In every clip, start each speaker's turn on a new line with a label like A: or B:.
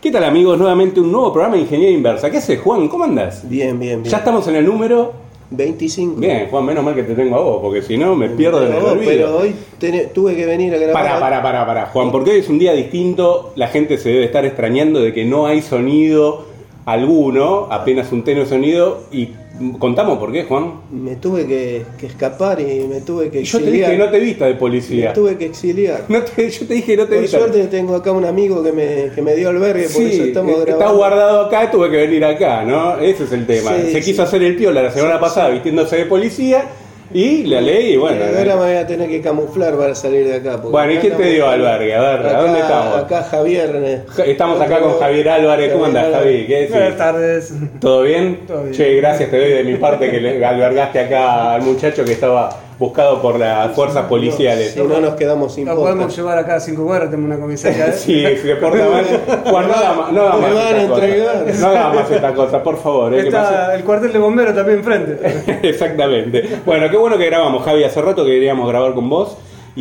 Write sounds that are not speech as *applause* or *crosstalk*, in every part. A: ¿Qué tal amigos? Nuevamente un nuevo programa de Ingeniería Inversa. ¿Qué haces, Juan? ¿Cómo andas?
B: Bien, bien, bien.
A: Ya estamos en el número.
B: 25.
A: Bien, Juan, menos mal que te tengo a vos, porque si no me pierdo en el
B: No,
A: olvido.
B: pero hoy tene- tuve que venir a grabar.
A: Para, para, para, para, Juan, porque hoy es un día distinto, la gente se debe estar extrañando de que no hay sonido alguno, apenas un tenue sonido, y contamos por qué, Juan.
B: Me tuve que, que escapar y me tuve que
A: Y Yo
B: exiliar.
A: te dije que no te vista de
B: Me
A: policía.
B: tuve que exiliar.
A: No te- yo te dije que no te
B: Por
A: vista.
B: suerte tengo acá un amigo que me, que me dio albergue, por
A: Sí, eh,
B: eso estamos
A: está
B: grabando.
A: guardado acá, tuve que venir acá, ¿no? Ese es el tema.
B: Sí,
A: Se
B: sí.
A: quiso hacer el piola la semana pasada vistiéndose de policía y la ley, y bueno.
B: Y ahora me voy a tener que camuflar para salir de acá. porque
A: Bueno, ¿y
B: acá
A: quién te
B: estamos-
A: dio albergue? A ver, ¿a
B: acá-
A: dónde estamos?
B: Acá Javier. eh.
A: Ja- Estamos acá con Javier Álvarez. ¿Cómo andás, Javi? ¿Qué decís?
C: Buenas tardes.
A: ¿Todo bien?
C: Todo bien.
A: Che, gracias te doy de mi parte que le albergaste acá al muchacho que estaba buscado por las fuerzas policiales.
B: Si no nos quedamos sin
C: Lo
B: podcast.
C: podemos llevar acá a cinco cuadras, tenemos una
A: *laughs*
C: comisaría. ¿eh?
A: Sí, se porta
B: *laughs*
A: mal. Juan, no haga ma- no haga
B: Me
A: más
B: van a
A: esta cosa.
B: entregar.
A: No haga más esta cosa, por favor. eh, que pase-
C: Está el cuartel de bomberos también
A: *laughs*
C: enfrente.
A: Exactamente. Bueno, qué bueno que grabamos, Javi. Hace rato que queríamos grabar con vos.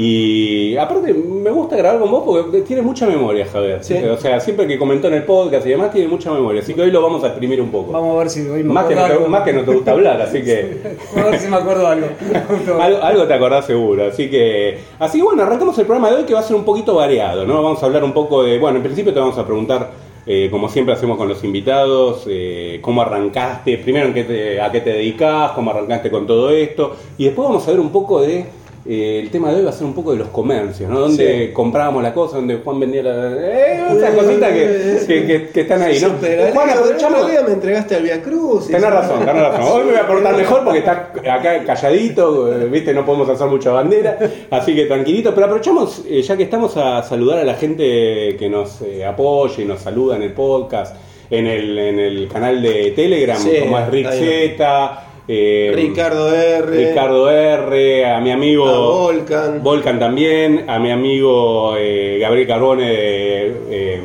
A: Y aparte, me gusta grabar con vos porque tienes mucha memoria, Javier.
B: Sí.
A: O sea, siempre que comentó en el podcast y demás, tiene mucha memoria. Así que hoy lo vamos a exprimir un poco.
C: Vamos a ver si hoy me
A: Más que,
C: acuerdo
A: no te,
C: algo.
A: más que no te gusta hablar, así que
C: Vamos a ver si me
A: *laughs*
C: acuerdo algo.
A: algo, algo te acordás seguro. Así que, así que bueno, arrancamos el programa de hoy que va a ser un poquito variado, ¿no? Vamos a hablar un poco de, bueno, en principio te vamos a preguntar, eh, como siempre hacemos con los invitados, eh, cómo arrancaste, primero en qué te- a qué te dedicás, cómo arrancaste con todo esto, y después vamos a ver un poco de, eh, el tema de hoy va a ser un poco de los comercios, ¿no? Donde
B: Sí.
A: comprábamos la cosa, donde Juan vendía la... eh, esas cositas que, que- que- que están ahí, ¿no?
B: Sí, pero el
A: Juan,
B: otro
A: aprovechamos-
B: día me entregaste al Via Cruz. y-
A: Tenés razón, tenés razón. Hoy me voy a portar mejor porque está acá calladito, eh, viste, no podemos hacer mucha bandera, así que tranquilito. Pero aprovechamos, eh, ya que estamos, a saludar a la gente que nos eh, apoya y nos saluda en el podcast, en el, en el canal de Telegram,
B: Sí,
A: como es Rick
B: ahí lo-
A: Zeta, eh,
B: Ricardo R.
A: Ricardo R, a mi amigo
B: A Volcan.
A: Volcan también, a mi amigo eh, Gabriel Carbone de eh,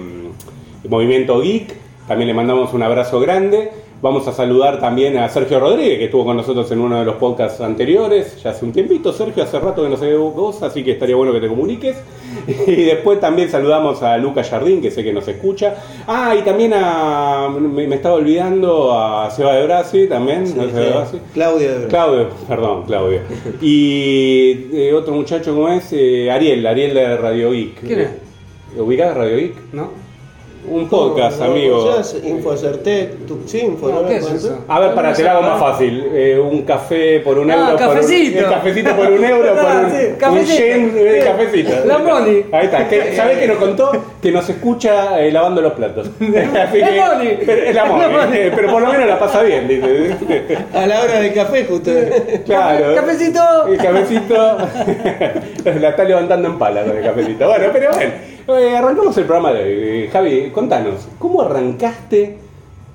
A: Movimiento Geek, también le mandamos un abrazo grande. Vamos a saludar también a Sergio Rodríguez, que estuvo con nosotros en uno de los podcasts anteriores, ya hace un tiempito. Sergio, hace rato que no sé vos, así que estaría bueno que te comuniques. *laughs* Y después también saludamos a Luca Jardín, que sé que nos escucha. Ah, y también a. Me, me estaba olvidando a Seba de Brasi también.
B: Sí,
A: ¿no?
B: sí.
A: Seba de Brasi.
B: Claudio de Bra-
A: Claudio, perdón, Claudio. Y eh, otro muchacho, ¿cómo es? Eh, Ariel, Ariel de Radio Geek.
C: ¿Quién es?
A: Eh, ¿Ubicás Radio Geek?
C: ¿No?
A: Un podcast,
B: No, no,
A: amigo.
B: ya es Infocertec, Tuxinfo,
C: No,
B: ¿no?
C: ¿qué
B: lo
C: es
B: conocés?
C: eso?
A: A ver, para, te la hago más fácil. Eh, un café por un
C: Ah,
A: euro. por un-
C: cafecito.
A: un cafecito por un euro. por
C: *laughs* Ah,
A: un,
C: sí,
A: un
C: cafecito.
A: yen, eh, cafecito.
C: La Moni.
A: Ahí está. Que, ¿Sabés que nos contó? Que nos escucha eh, lavando los
C: *laughs*
A: platos. *laughs* Así
C: La
A: que-
C: Moni.
A: Pero, es la
C: *laughs* La
A: Moni,
C: Moni.
A: eh, pero por lo menos la pasa bien, dice.
B: A la hora del café, justo. *laughs*
A: Claro.
C: Cafecito.
A: El cafecito. *laughs* la está levantando en pala con el cafecito. Bueno, pero bueno. eh, arrancamos el programa de hoy. Eh, Javi, contanos, ¿cómo arrancaste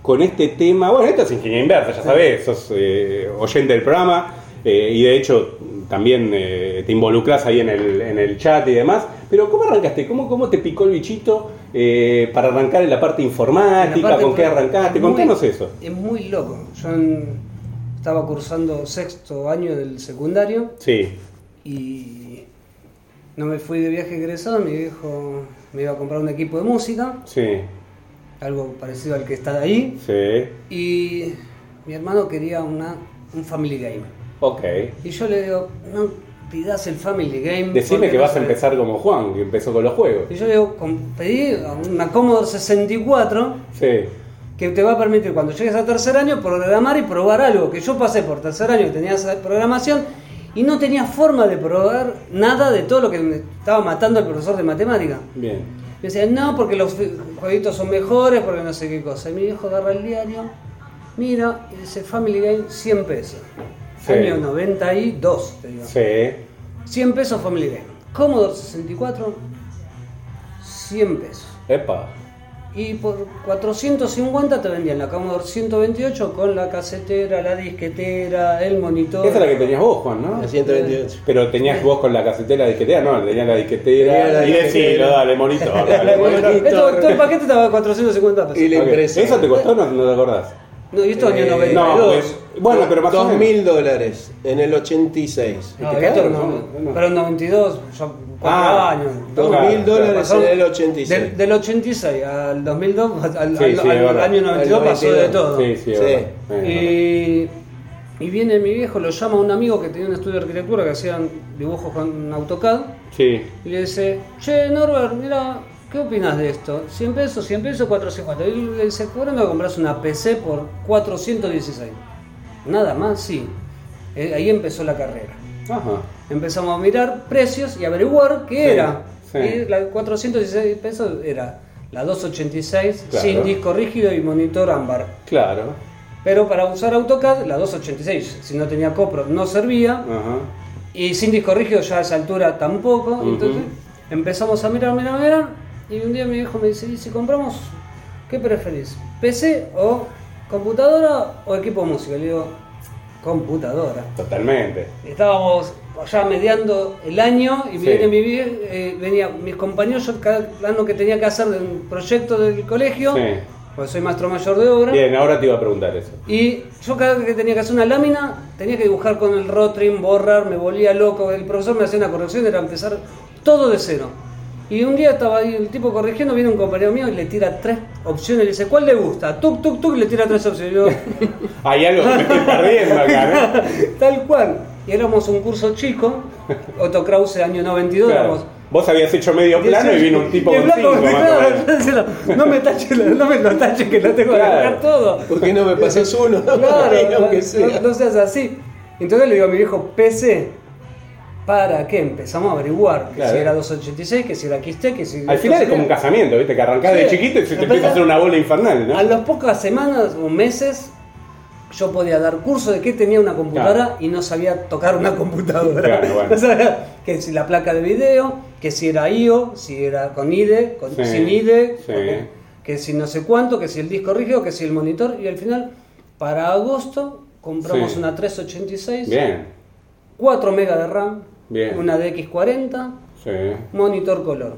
A: con este tema? Bueno, esto es ingeniería inversa, ya sabés, sos eh, oyente del programa eh, y de hecho también eh, te involucras ahí en el, en el chat y demás. Pero ¿cómo arrancaste? ¿Cómo, cómo te picó el bichito eh, para arrancar en la parte informática?
C: La parte
A: Ah, ¿Con qué
C: fue-
A: arrancaste?
C: muy-
A: Contanos eso.
C: Es muy loco. Yo en- estaba cursando sexto año del secundario
A: Sí,
C: y no me fui de viaje egresado. Mi viejo me iba a comprar un equipo de música,
A: sí,
C: algo parecido al que está ahí.
A: sí.
C: Y mi hermano quería una, un Family Game.
A: Ok.
C: Y yo le digo, no pidas el Family Game.
A: Decime
C: porque
A: que
C: no
A: vas a
C: sé".
A: empezar como Juan, que empezó con los juegos.
C: Y yo le digo, "Com- pedí una Commodore 64
A: Sí,
C: que te va a permitir cuando llegues a tercer año programar y probar algo. Que yo pasé por tercer año, tenía esa programación y no tenía forma de probar nada de todo lo que me estaba matando el profesor de matemática.
A: bien.
C: Me decía, no, porque los fi- jueguitos son mejores, porque no sé qué cosa. Y mi viejo agarra el diario, mira, y dice Family Game 100 pesos.
A: Sí.
C: Año 92, te digo.
A: Sí,
C: 100 pesos Family Game. Commodore 64, 100 pesos.
A: epa.
C: Y por 450 te vendían la Commodore 128 con la casetera, la disquetera, el monitor.
A: Esa es la que tenías vos, Juan, ¿no?
B: La 128.
A: Pero tenías vos con la casetera disquetera, no, tenías la disquetera.
B: Tenía la
A: y
B: disquetera.
A: decilo, dale, monitor.
B: Dale,
A: Dale,
B: monitor.
C: Esto- todo el paquete estaba 450 pesos.
B: Y la
A: Ok.
B: impresa.
A: ¿Eso te costó o no, no te acordás?
C: No, y esto es
B: Eh,
C: año 92.
A: No, pues, bueno, pero más o
B: Dos
A: menos.
B: mil dólares en el 86.
C: No,
A: Te
C: esto
A: cagaron,
C: no,
A: este no, no.
C: Pero en 92, yo cuatro
A: Ah,
C: años.
B: Dos
A: Claro,
B: mil dólares
C: Pasó
B: en el
C: del-
B: 86.
C: del 86 al 2002, al, al-
A: Sí, sí,
C: al-
A: es verdad.
C: año 92
B: Al
C: pasó de
B: 92,
C: todo.
A: Sí, sí, es
B: Sí.
A: verdad. Es verdad.
C: Y, y viene mi viejo, lo llama a un amigo que tenía un estudio de arquitectura que hacían dibujos con AutoCAD
A: Sí.
C: y le dice, che Norbert, mira, ¿qué opinas de esto? 100 pesos, 100 pesos, 450. Y le dice, ¿por qué no compras una PC por 416? Nada más, sí. Eh, ahí empezó la carrera.
A: Ajá.
C: Empezamos a mirar precios y averiguar qué
A: Sí,
C: era.
A: sí.
C: Y la 416 pesos era la 286
A: Claro.
C: sin disco rígido y monitor ámbar.
A: Claro.
C: Pero para usar AutoCAD, la 286, si no tenía copro, no servía.
A: Ajá.
C: Y sin disco rígido ya a esa altura tampoco.
A: Ujú.
C: Entonces empezamos a mirar, mirar, mirar. Y un día mi viejo me dice, ¿y si compramos qué preferís? ¿PC o computadora o equipo de música? Le digo, computadora.
A: Totalmente.
C: Estábamos ya mediando el año y
A: Sí.
C: viene mi vie- eh, venía mis compañeros, yo cada año que tenía que hacer de un proyecto del colegio,
A: Sí.
C: pues soy maestro mayor de obra,
A: Bien, ahora te iba a preguntar eso.
C: y yo cada vez que tenía que hacer una lámina, tenía que dibujar con el rotring, borrar, me volvía loco, el profesor me hacía una corrección, era empezar todo de cero. Y un día estaba ahí el tipo corrigiendo, viene un compañero mío y le tira tres opciones, le dice, ¿cuál le gusta? Tuk, tuk, tuk, y le tira tres
A: *laughs*
C: opciones. Yo,
A: Hay algo que me estoy perdiendo acá, ¿no?
C: Tal cual. Y éramos un curso chico, Otto Krause año 92, éramos...
A: Claro. Vos habías hecho medio plano y vino un tipo
C: Y el
A: con
C: blanco
A: cinco,
C: me-
A: más o menos.
C: *laughs* claro, No me tache, la- no me lo tache que lo tengo que
A: Claro.
C: arreglar todo.
B: ¿Por qué no me pasas uno? *laughs*
C: *laughs* Claro,
B: Aunque
C: no,
B: sea.
C: no seas así. Entonces le digo a mi viejo, PC, ¿para qué? Empezamos a averiguar que
A: Claro.
C: si era 286, que si era XT, que si...
A: Al final es como un casamiento, ¿viste? Que arrancás
C: Sí.
A: de chiquito y se te empieza a hacer una bola infernal,
C: A
A: ¿no?
C: las pocas semanas o meses yo podía dar curso de que tenía una computadora
A: Claro.
C: y no sabía tocar una computadora. *laughs*
A: Claro, bueno.
C: No sabía que si la placa de video, que si era IO, si era con IDE, con,
A: Sí,
C: sin IDE,
A: sí.
C: que- que si no sé cuánto, que si el disco rígido, que si el monitor y al final para agosto compramos
A: Sí.
C: una 386,
A: Bien.
C: 4 megas de RAM,
A: Bien.
C: una DX40,
A: Sí.
C: monitor color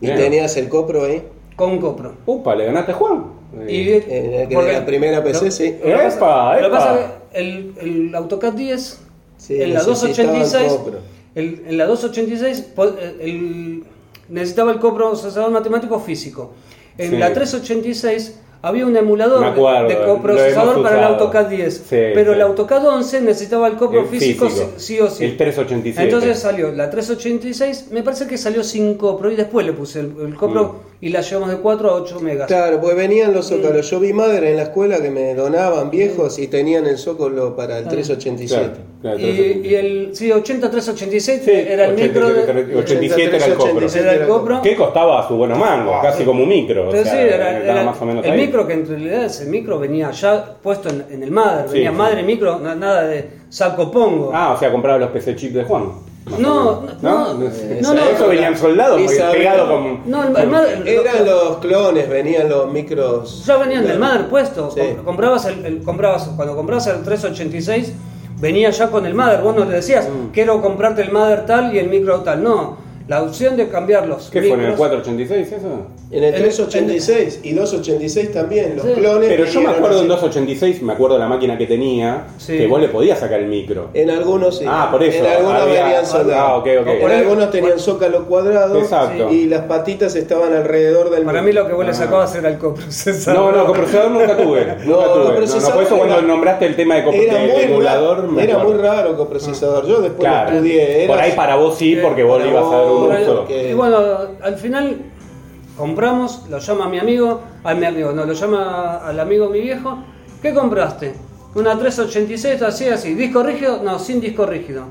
B: ¿Y
A: Bien.
B: tenías el copro ahí?
C: con copro.
A: Upa, le ganaste a Juan.
C: Y-
B: Eh, que de la primera PC, sí.
C: Lo que pasa-
A: Epa,
C: lo que
A: epa.
C: pasa es que el, el AutoCAD 10,
B: Sí,
C: en la
B: necesitaba
C: 286,
B: el copro.
C: el- en la 286 po- pues, eh, el- necesitaba el coprocesador matemático físico. En
A: Sí.
C: la 386 había un emulador
A: Me acuerdo,
C: de
A: lo
C: coprocesador
A: hemos
C: para el
A: usado.
C: AuCAD 10,
A: Sí,
C: pero
A: sí.
C: el AutoCAD 11 necesitaba el copro
A: El
C: físico,
A: físico.
C: sí sí o sí.
A: El 387.
C: Entonces salió la 386, me parece que salió sin copro y después le puse el, el copro
A: Mm.
C: y la llevamos de 4 a 8 megas.
B: Claro, pues venían los zócalos. Yo vi madre en la escuela que me donaban viejos y tenían el zócalo para
C: Ah.
B: el 387.
A: Claro, claro,
C: Y, y el sí, 8386
A: Sí,
C: era el micro de,
A: 83, 87 era el
B: 83,
A: copro.
C: era el copro.
A: ¿Qué costaba su buenos mangos? Casi como un micro. o
C: Pero
A: sea,
C: sí, era-
A: estaba
C: era
A: más o menos
C: el
A: ahí.
C: micro que en realidad ese micro venía ya puesto en, en el madre,
A: Sí,
C: venía
A: sí.
C: madre micro, na- nada de saco pongo.
A: Ah, o sea, compraba los PC chips de Juan.
C: no, no, no, eh,
A: No,
C: no,
A: no, eso venían soldados, porque
B: Esa-
A: pegado con.
C: no, el, el madre
B: Eran los clones, venían los micros.
C: ya venían del madre puesto.
B: Sí.
C: Com- Comprabas el, el- comprabas cuando comprabas el 386 venía ya con el madre, vos no le decías,
A: Mm.
C: "Quiero comprarte el madre tal y el micro tal." No, la opción de cambiar los
A: ¿Qué fue en el
C: micros-
A: 486 eso?
B: En el
C: En-
B: 386 y 286 también, los
C: Sí.
B: clones.
A: Pero yo me
B: venían
A: acuerdo en
B: así.
A: 286, me acuerdo la máquina que tenía,
C: Sí.
A: que vos le podías sacar el micro.
B: En algunos sí.
A: Ah, por eso,
B: En algunos
A: había-
B: venían soldados.
A: Ah, ok, ok.
B: En
C: Por-
B: algunos tenían zócalo cuadrado
A: Exacto.
B: y las patitas estaban alrededor del.
C: Para mí lo que vos le sacabas era el coprocesador.
A: Ah. No, no, coprocesador nunca
B: *laughs*
A: tuve. nunca
B: No,
A: tuve.
B: coprocesador
A: por eso cuando
B: era-
A: nombraste el tema de copro-
B: era
A: de-
B: muy,
A: de emulador,
B: raro,
A: me
B: era
A: acuerdo.
B: muy raro coprocesador. Yo después
A: Claro.
B: lo estudié. era-
A: por ahí para vos sí, porque vos le
B: Para
A: ibas a dar un
B: vos,
A: uso.
B: porque-
C: Y bueno, al final compramos, lo llama mi amigo, a mi amigo, no, lo llama al amigo mi viejo. ¿Qué compraste? Una 386, así, así. ¿Disco rígido? No, sin disco rígido.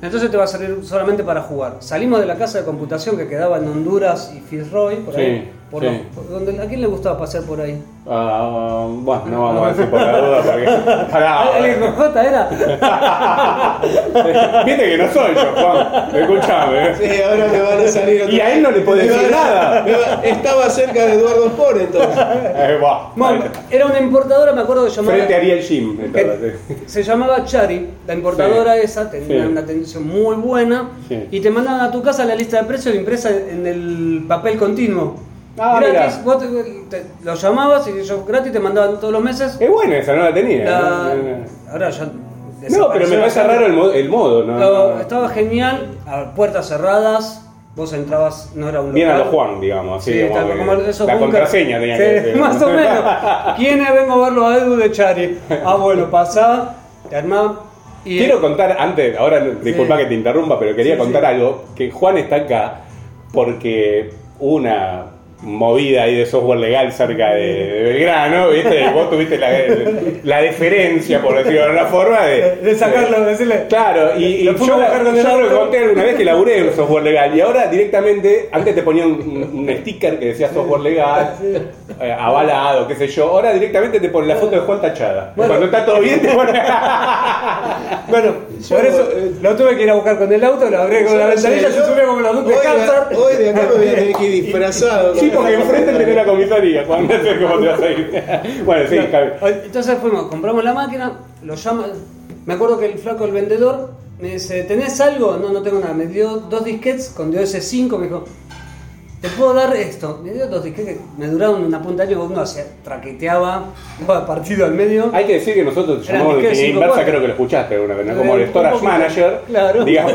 C: Entonces te va a salir solamente para jugar. Salimos de la casa de computación que quedaba en Honduras y Fitzroy, por ahí.
A: Sí,
C: por
A: sí.
C: los- por donde- ¿A quién le gustaba pasear por ahí?
A: Ah, bueno, no vamos a decir por la duda
B: *laughs*
A: porque.
C: *laughs* ¿Ah, ¿El
A: Pará.
C: hijo J era?
A: *laughs* Viste que no soy yo, Juan. Escuchame. eh.
B: Sí, ahora me van a salir
A: *laughs* Y a él no le podés
B: Me van
A: decir
B: a-
A: nada.
B: me va- Estaba cerca de Eduardo Spor entonces.
A: Eh, buah,
C: Bueno,
A: vale.
C: era una importadora, me acuerdo que llamaba.
A: Frente a Ariel Jim.
B: Eh,
C: que
A: entonces.
C: Eh, se llamaba Chari, la importadora esa, tenía
A: Sí.
C: una atención muy buena
A: Sí.
C: y te mandaban a tu casa la lista de precios impresa en el papel continuo.
A: Ah,
C: gratis,
A: mirá.
C: vos te, te- lo llamabas y yo gratis te mandaban todos los meses.
A: Es buena esa, no la tenía.
C: la-
A: No, no, no.
C: Ahora ya.
A: No, pero me parece
C: desapareció.
A: raro el, mo- el modo, ¿no?
C: Lo- Estaba genial, a puertas cerradas, vos entrabas, no era un
A: Bien a
C: local.
A: los Juan, digamos. Así,
C: Sí,
A: como
C: tal-
A: que
C: como esos
A: la
C: bunkers.
A: contraseña tenía
C: Sí,
A: que ser.
C: Más o
A: *laughs*
C: menos. ¿Quiénes vengo a verlo a Edu de Chari? Ah, bueno, pasá, te armá. Y eh,
A: Quiero contar antes, ahora disculpa que te interrumpa, pero quería
C: Sí,
A: contar
C: sí.
A: algo, que Juan está acá porque hubo una movida ahí de software legal cerca de, de Belgrano, ¿viste? Vos tuviste la, la deferencia, por decirlo de alguna forma, de,
C: de sacarlo, de decirle.
A: Claro, y, y
C: Lo
A: yo,
C: fuimos a dejar con el
A: yo lo
C: auto.
A: conté alguna vez que laburé en software legal y ahora directamente, antes te ponían un, un sticker que decía software legal, eh, avalado, qué sé yo, ahora directamente te ponen la foto de Juan Tachada.
C: Bueno.
A: Cuando está todo bien te
C: *laughs*
A: ponen...
C: Bueno,
B: Yo-
C: por eso eh, lo tuve que ir a buscar con el auto, lo abrí con la ventanilla, se subió como los dos de
B: Hoy de-
C: Hazard.
B: Hoy de acá me voy a
C: *laughs*
B: tener que ir disfrazado.
A: Sí, porque enfrente tenés la comisaría, Juan, no sé cómo te vas a ir. *laughs* Bueno, sí, Javi.
C: Entonces fuimos, compramos la máquina, lo llama. Me acuerdo que el flaco, el vendedor, me dice: ¿Tenés algo? No, no tengo nada. Me dio dos disquets con DOS5. Me dijo: ¿Te puedo dar esto? Me dio dos disquets que me duraron una punta año. Uno hacía, traqueteaba, daba partido al medio.
A: Hay que decir que nosotros te
C: Eran
A: llamamos de
C: disquetes
A: ingeniería
C: cinco
A: inversa,
C: cuartos.
A: creo que lo escuchaste alguna vez, ¿no? Como
C: Eh,
A: el
C: un
A: storage
C: poquito.
A: manager,
C: Claro. *laughs*
A: digamos.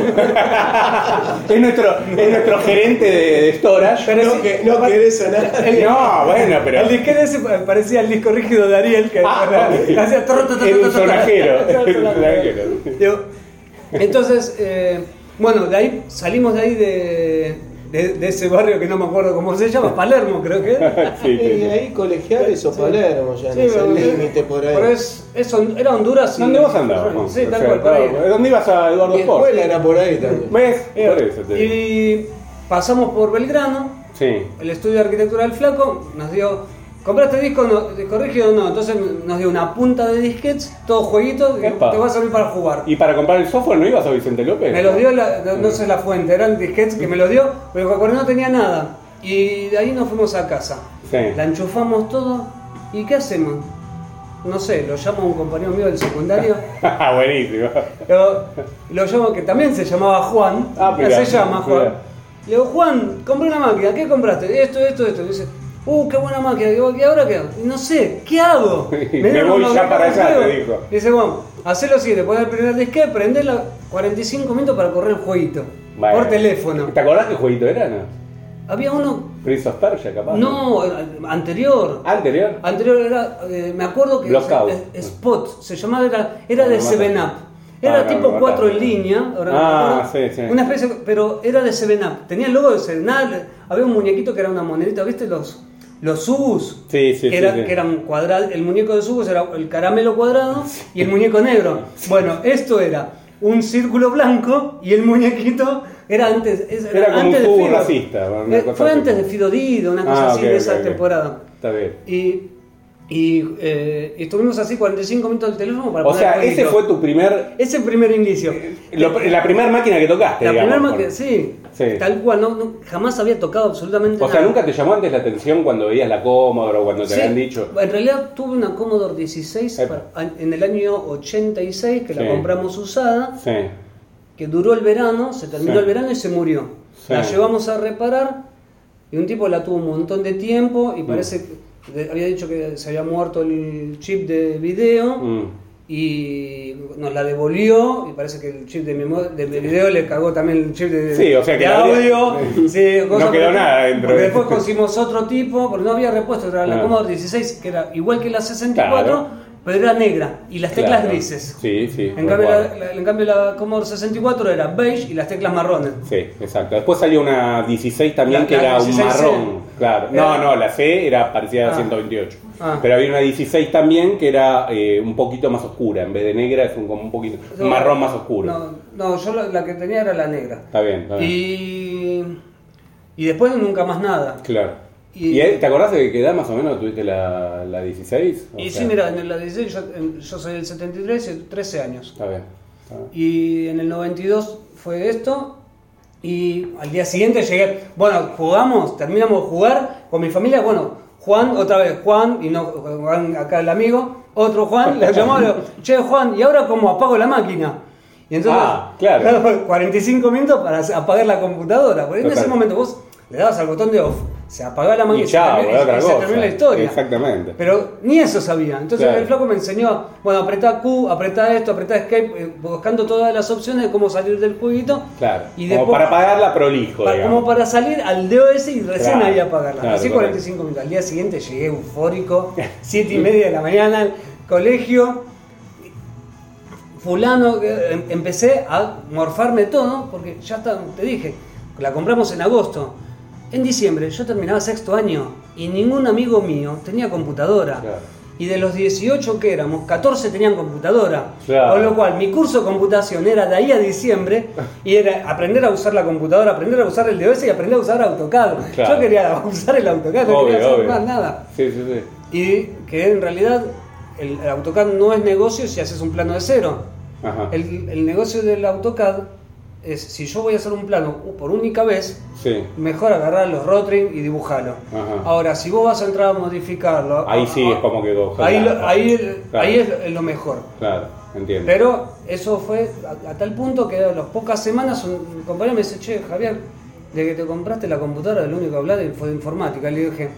A: es, nuestro, es nuestro gerente de, de storage.
B: No, que, no querés
C: *laughs*
B: sonar.
A: no, bueno, pero...
C: El disquete ese parecía el disco rígido de Ariel que
A: Ah,
C: que hacía tro, tro, tro,
A: Era un
C: tro, tro, tro.
A: sonajero,
C: Era un
A: era un
C: sonajero.
A: sonajero.
C: Digo, *laughs* Entonces, eh, bueno, de ahí salimos de ahí de, de- de ese barrio que no me acuerdo cómo se llama, Palermo creo que. es.
A: *laughs* Ah, Sí, sí,
B: Y
A: sí.
B: ahí colegiales o Palermo ya,
C: Sí,
B: no es el
C: pero-
B: límite por ahí.
C: pero es- es Hon- era Honduras. y-
A: ¿Dónde vos andabas? Juan?
C: Sí,
A: O
C: tal
A: sea,
C: cual, por ahí.
A: claro, ¿Dónde ibas a Eduardo
B: Mi
A: Sport?
B: escuela era por ahí también.
A: ¿Ves? Por eso te digo.
C: Y pasamos por Belgrano,
A: Sí.
C: el estudio de arquitectura del Flaco nos dio. ¿Compraste disco, no, disco rígido? No, entonces nos dio una punta de disquets, todos jueguitos, que
A: Epa.
C: te va a servir para jugar.
A: ¿Y para comprar el software no ibas a Vicente López?
C: Me los dio, la, no, no sé la fuente, eran disquets que me los dio, pero Juan no tenía nada. Y de ahí nos fuimos a casa.
A: Sí. *laughs*
C: La enchufamos todo. ¿Y qué hacemos? No sé, lo llamo a un compañero mío del secundario.
A: Ah, Buenísimo.
C: Lo, lo llamo, que también se llamaba Juan.
A: Ah,
C: Ya
A: mirá,
C: se llama Juan.
A: mirá.
C: Le digo, Juan, compré una máquina. ¿Qué compraste? Esto, esto, esto. Me dice, uh, qué buena máquina. Digo, ¿y ahora qué hago? No sé, ¿qué
A: *laughs*
C: hago?
A: Me
C: dieron
A: voy
C: unos
A: ya para allá,
C: juegos.
A: te dijo.
C: Dice, bueno, hacé lo siguiente, poner el primer disque, prender la 45 minutos para correr el jueguito.
A: Bueno.
C: Por teléfono.
A: ¿Te acordás qué jueguito era? No?
C: Había uno,
A: Prince of Persia, capaz.
C: no, eh,
A: Ah,
C: anterior.
A: ¿Anterior?
C: Anterior era, eh, me acuerdo que
A: Blockout.
C: es- es- Spot se llamaba, era, era
A: Ah,
C: de
A: me
C: 7 Up.
A: mataste.
C: Era
A: Ah, no,
C: tipo
A: me
C: 4 en
A: mataste.
C: línea. ahora me
A: Ah,
C: acuerdo.
A: sí, sí.
C: Una especie, pero era de 7 Up. Tenía el logo de 7 Up. Había un muñequito que era una monedita, ¿viste? Los, los Subus.
A: Sí, sí, sí,
C: que era,
A: sí.
C: Que eran cuadra- el muñeco de Subus era el caramelo cuadrado y el muñeco negro. Bueno, esto era un círculo blanco y el muñequito era antes. es-
A: Era como
C: antes
A: un
C: de
A: Subu
C: Fido.
A: racista, una
C: Eh,
A: cosa
C: Fue
A: así.
C: antes de Fido Dido, una cosa
A: Ah,
C: así
A: ok,
C: de
A: ok,
C: esa
A: ok.
C: temporada.
A: Está bien.
C: Y, y, eh, estuvimos así 45 minutos del teléfono para
A: O
C: poner
A: sea,
C: el
A: ese
C: jueguito.
A: fue tu primer.
C: Ese primer inicio.
A: lo- la primera máquina que tocaste,
C: La
A: digamos.
C: primera
A: Juan.
C: máquina, sí,
A: Sí.
C: Tal cual, no, no- jamás había tocado absolutamente
A: O sea,
C: nada.
A: ¿nunca te llamó antes la atención cuando veías la Commodore o cuando te
C: Sí,
A: habían dicho?
C: En realidad tuve una Commodore 16
A: Epa.
C: para- en el año 86 que
A: Sí.
C: la compramos usada,
A: Sí.
C: que duró el verano, se terminó
A: Sí.
C: el verano y se murió.
A: Sí.
C: La llevamos a reparar y un tipo la tuvo un montón de tiempo
A: Mm.
C: y parece que de- había dicho que se había muerto el chip de video.
A: Mm.
C: y nos la devolvió y parece que el chip de mi, mo- de mi video le cagó también el chip de,
A: Sí, o sea que
C: de
A: la habría-
C: audio sí,
A: *laughs* No
C: cosas
A: quedó
C: por el-
A: nada dentro.
C: porque después conseguimos otro tipo porque no había repuesto era la
A: Ah.
C: Commodore 16 que era igual que la 64
A: Claro.
C: pero era negra y las teclas
A: Claro.
C: grises
A: Sí, sí.
C: en, cambio, la,
A: recuerdo.
C: la- en cambio la Commodore 64 era beige y las teclas marrones
A: Sí, exacto. Después salió una 16 también
C: La-
A: que
C: la
A: era un
C: 16C.
A: marrón. Claro. No,
C: Era-
A: no, la C era parecida a la
C: Ah.
A: 128.
C: Ah.
A: Pero había una 16 también que era eh, un poquito más oscura. En vez de negra es un, como un poquito un marrón más oscuro. Ah.
C: no, no yo la, la que tenía era la negra
A: Está bien, está bien.
C: y y después nunca más nada
A: Claro.
C: Y-
A: ¿Y, eh, te acordás de qué edad más o menos tuviste la, la 16? O
C: Y
A: sea,
C: sí, mira, en el 16 yo, en- yo soy del 73, y 13 años.
A: Está bien. está bien.
C: Y en el 92 fue esto. Y al día siguiente llegué. Bueno, jugamos, terminamos de jugar con mi familia. Bueno, Juan, otra vez Juan, y no Juan acá el amigo, otro
A: *laughs*
C: Juan, le llamó, le digo, che Juan, ¿y ahora cómo apago la máquina? Y entonces,
A: Ah, claro.
C: *laughs* 45 minutos para apagar la computadora. Porque en
A: Total.
C: ese momento vos le dabas al botón de off, se apagaba la mano
A: Y
C: y, se
A: chao,
C: terminó- y-
A: otra
C: y se
A: cosa.
C: terminó la historia.
A: Exactamente.
C: Pero ni eso sabía. Entonces
A: Claro.
C: el flaco me enseñó, bueno, apretá Q, apretá esto, apretá escape, eh, buscando todas las opciones de cómo salir del jueguito.
A: Claro.
C: Y
A: como
C: después-
A: para pagarla prolijo,
C: Pa-
A: digamos.
C: como para salir al DOS y recién
A: Claro,
C: ahí apagarla.
A: claro,
C: Así
A: correcto.
C: 45 minutos. Al día siguiente
A: *laughs*
C: llegué eufórico, 7 y media de la mañana al colegio. Fulano, eh, em- empecé a morfarme todo, porque ya está, te dije, la compramos en agosto. En diciembre yo terminaba sexto año y ningún amigo mío tenía computadora.
A: Claro.
C: Y de los 18 que éramos, 14 tenían computadora.
A: Claro.
C: Con lo cual, mi curso de computación era de ahí a diciembre y era aprender a usar la computadora, aprender a usar el DOS y aprender a usar AutoCAD.
A: Claro.
C: Yo quería *laughs* usar el AuTOCAD, no quería
A: Obvio,
C: hacer
A: obvio.
C: más nada.
A: Sí, sí, sí.
C: Y que en realidad el AutoCAD no es negocio si haces un plano de cero.
A: Ajá.
C: El, el negocio del AutoCAD es si yo voy a hacer un plano por única vez,
A: Sí.
C: mejor agarrar los rotring y dibujarlo.
A: Ajá.
C: Ahora, si vos vas a entrar a modificarlo,
A: Ahí sí
C: a-
A: es como que coger
C: ahí,
A: la-
C: lo- ahí,
A: Claro.
C: ahí es lo mejor.
A: Claro, entiendo.
C: Pero eso fue a, a tal punto que a las pocas semanas un compañero me dice, che, Javier, de que te compraste la computadora, el único que hablaba fue de informática. Le dije,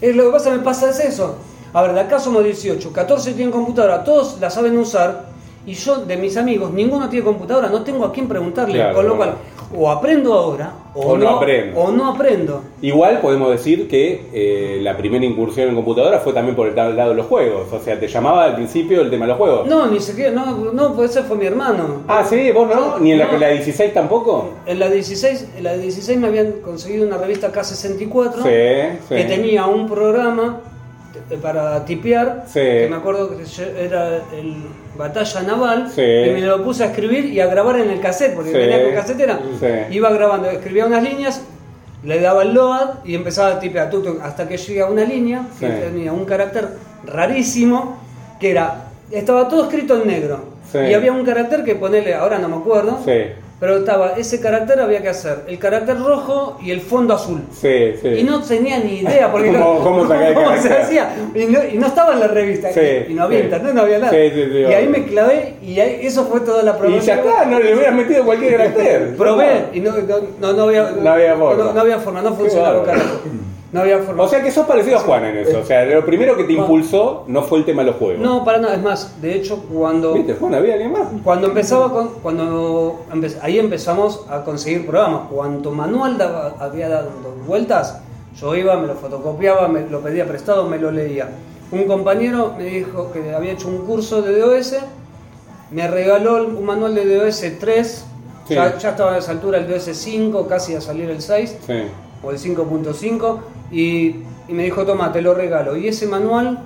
C: es lo que pasa, me pasa es eso. A ver, de acá somos 18, 14 tienen computadora, todos la saben usar, y yo de mis amigos, ninguno tiene computadora, no tengo a quién preguntarle.
A: Claro,
C: Con lo
A: claro.
C: cual, o aprendo ahora, o,
A: O no aprendo.
C: O no aprendo.
A: Igual podemos decir que eh, la primera incursión en computadora fue también por el tal lado de los juegos. O sea, te llamaba al principio el tema de los juegos.
C: No, ni siquiera, no, no, pues ese fue mi hermano.
A: Ah, sí, vos no, ni en la,
C: No.
A: la 16 tampoco.
C: En la 16, en la 16 me habían conseguido una revista K64
A: Sí, sí.
C: que tenía un programa t- para tipear,
A: Sí.
C: que me acuerdo que yo- era el Batalla Naval,
A: Sí.
C: y me lo puse a escribir y a grabar en el cassette, porque
A: Sí.
C: venía con casetera,
A: Sí.
C: iba grabando, escribía unas líneas, le daba el load y empezaba a tipear tuc, tuc, hasta que llegué a una línea que
A: Sí.
C: tenía un carácter rarísimo, que era, estaba todo escrito en negro,
A: Sí.
C: y había un carácter que ponele, ahora no me acuerdo,
A: Sí.
C: pero estaba, ese carácter había que hacer, el carácter rojo y el fondo azul.
A: Sí, sí.
C: Y no tenía ni
A: *laughs*
C: idea porque
A: ¿Cómo-
C: *laughs*
A: cómo sacar el
C: se
A: carácter?
C: hacía. Y no, y no estaba en la revista.
A: Sí,
C: y no había
A: sí.
C: internet, no había nada.
A: Sí, sí, sí,
C: y ahí
A: obvio.
C: me clavé y ahí- eso fue toda la
A: Y
C: problemática.
A: ya está, no le hubieras metido
C: *laughs*
A: cualquier carácter.
C: Probé y no, no, no- no había,
A: No había forma.
C: No, no había forma, no
A: Qué
C: funcionaba
A: bárbaro.
C: carajo. No había forma.
A: O sea que sos parecido a Juan en eso. O sea, lo primero que te impulsó no fue el tema de los juegos.
C: no, para nada. Es más, de hecho, cuando
A: ¿Viste? Juan, había alguien más.
C: Cuando empezaba con, cuando empe- ahí empezamos a conseguir programas. Cuanto manual daba- había dado vueltas, yo iba, me lo fotocopiaba, me lo pedía prestado, me lo leía. Un compañero me dijo que había hecho un curso de DOS, me regaló un manual de DOS 3,
A: Sí.
C: ya, ya estaba a esa altura el DOS 5, casi a salir el 6
A: Sí.
C: o el 5.5 y, y me dijo, toma, te lo regalo. Y ese manual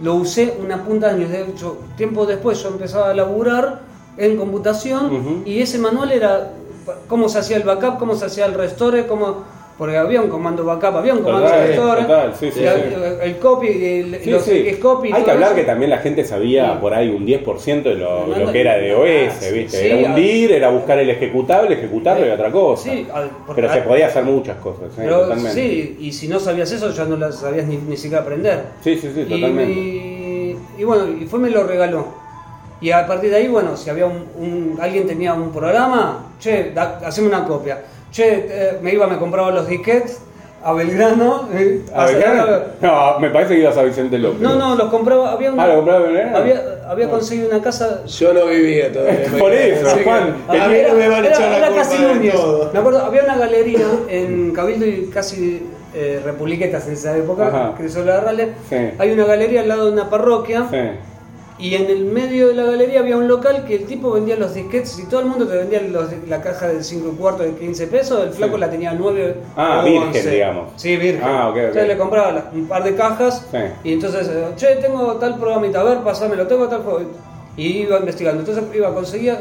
C: lo usé una punta de años. De hecho, tiempo después yo empezaba a laburar en computación
A: Ujú.
C: y ese manual era pa- cómo se hacía el backup, cómo se hacía el restore, cómo... Porque había un comando backup, había un comando
A: Total,
C: restore,
A: total, sí, sí,
C: la-
A: sí.
C: el copy, el,
A: Sí,
C: los-
A: sí.
C: que es copy. y
A: Hay que
C: todo
A: hablar
C: eso.
A: que también la gente sabía
C: Sí.
A: por ahí un 10% de lo,
C: No,
A: lo
C: no,
A: que era
C: no,
A: de
C: no,
A: OS,
C: sí,
A: ¿viste?
C: sí,
A: era
C: al-
A: hundir, era buscar el ejecutable, ejecutarlo y otra cosa.
C: Sí, al- porque
A: Pero se
C: al-
A: podía hacer muchas cosas, ¿eh?
C: Pero,
A: totalmente.
C: sí, y si no sabías eso ya no lo sabías ni, ni siquiera aprender.
A: sí, sí, sí,
C: Y-
A: totalmente.
C: Y, y bueno, y fue me lo regaló. Y a partir de ahí, bueno, si había un, un- alguien tenía un programa, che, da- haceme una copia. Che, eh, me iba, me compraba los disquets a Belgrano. *laughs* eh,
A: A ver,
C: sacar-
A: no, me parece que ibas a Vicente López.
C: No, no, los compraba, había una-
A: Ah, ¿lo compraba a Belgrano?
C: Había, había
A: Ah.
C: conseguido una casa Ah,
B: Yo no vivía todavía.
A: Por eso,
B: Así que
A: Juan.
B: a mí
C: era,
B: no me van a
C: era-
B: echar la
C: era
B: culpa
C: casi
B: de
C: Núñez.
B: todo.
C: Me acuerdo, había una galería en Cabildo y casi eh, Republiquetas en esa época,
A: Ajá.
C: Crisola de Rale.
A: Sí.
C: Hay una galería al lado de una parroquia.
A: Sí.
C: Y en el medio de la galería había un local que el tipo vendía los disquetes y todo el mundo te vendía los- la caja del 5 y cuarto de 15 pesos, el flaco
A: Sí.
C: la tenía 9
A: Ah,
C: o
A: virgen,
C: 11.
A: digamos.
C: Sí, virgen.
A: Ah, ok, ok.
C: Entonces le compraba la- un par de cajas
A: Sí.
C: y entonces, eh, che, tengo tal programita, a ver, pasámelo, tengo tal juego. Y iba investigando. Entonces iba a conseguir,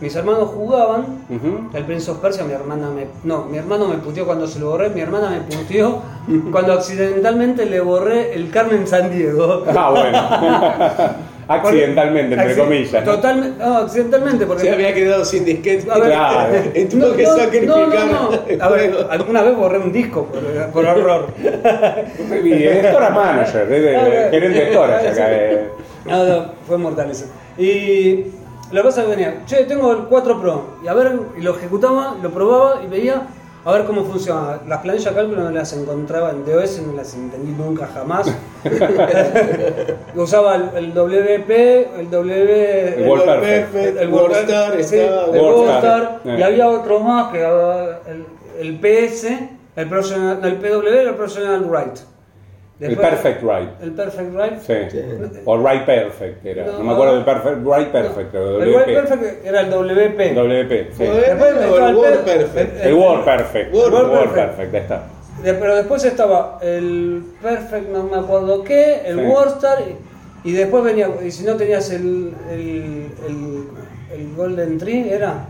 C: mis hermanos jugaban,
A: Ujú.
C: el Prince of Persia, mi hermana me. No, mi hermano me puteó cuando se lo borré, mi hermana me puteó cuando accidentalmente le borré el Carmen San Diego.
A: Ah,
C: *laughs*
A: bueno. Accidentalmente, entre
C: Acci-
A: comillas.
C: Totalmente, no, accidentalmente, porque.
B: Se había quedado sin disquete.
C: A ver.
A: Claro.
B: Y tuvo
C: No,
B: que
C: no, no,
B: sacrificar.
C: no,
B: el
C: no. A ver,
B: juego.
C: alguna vez borré un disco por, por error.
A: Y es Tora Manager, es de-
C: *laughs*
A: de- gerente de Storage acá. eh.
C: No, no, fue mortal eso. Y lo que pasa es que venía, che, tengo el 4 Pro, y a ver, y lo ejecutaba, lo probaba y veía, a ver cómo funcionaba. Las planillas de cálculo no las encontraba en DOS, no las entendí nunca jamás.
A: *laughs*
C: Usaba el, el WP, el W...
A: El Word Perfect.
B: Perfect,
C: el
B: Wordstar,
C: sí,
B: estaba-
C: el
A: Wordstar.
C: Wordstar,
A: Eh.
C: y había otro más que ah, el, el PS, el, professional, el PW y el Professional Right.
A: El Perfect Right.
C: El Perfect Right.
A: Sí. O Right Perfect era. No,
C: No,
A: me acuerdo del
C: no.
A: Perfect. Right Perfect. pero
C: el Right
A: WP.
C: Perfect era el WP.
A: WP. sí.
B: Joder.
C: Después
B: O el
C: estaba
B: Word
C: P-
B: Perfect.
A: El Word Perfect.
B: Word
A: el Word
C: Perfect.
A: Perfect. Ahí está.
C: De- pero después estaba el Perfect, no me acuerdo qué, el
A: Sí.
C: Wordstar, y, y después venía, y si no tenías el, el, el, el Golden Tree, ¿era?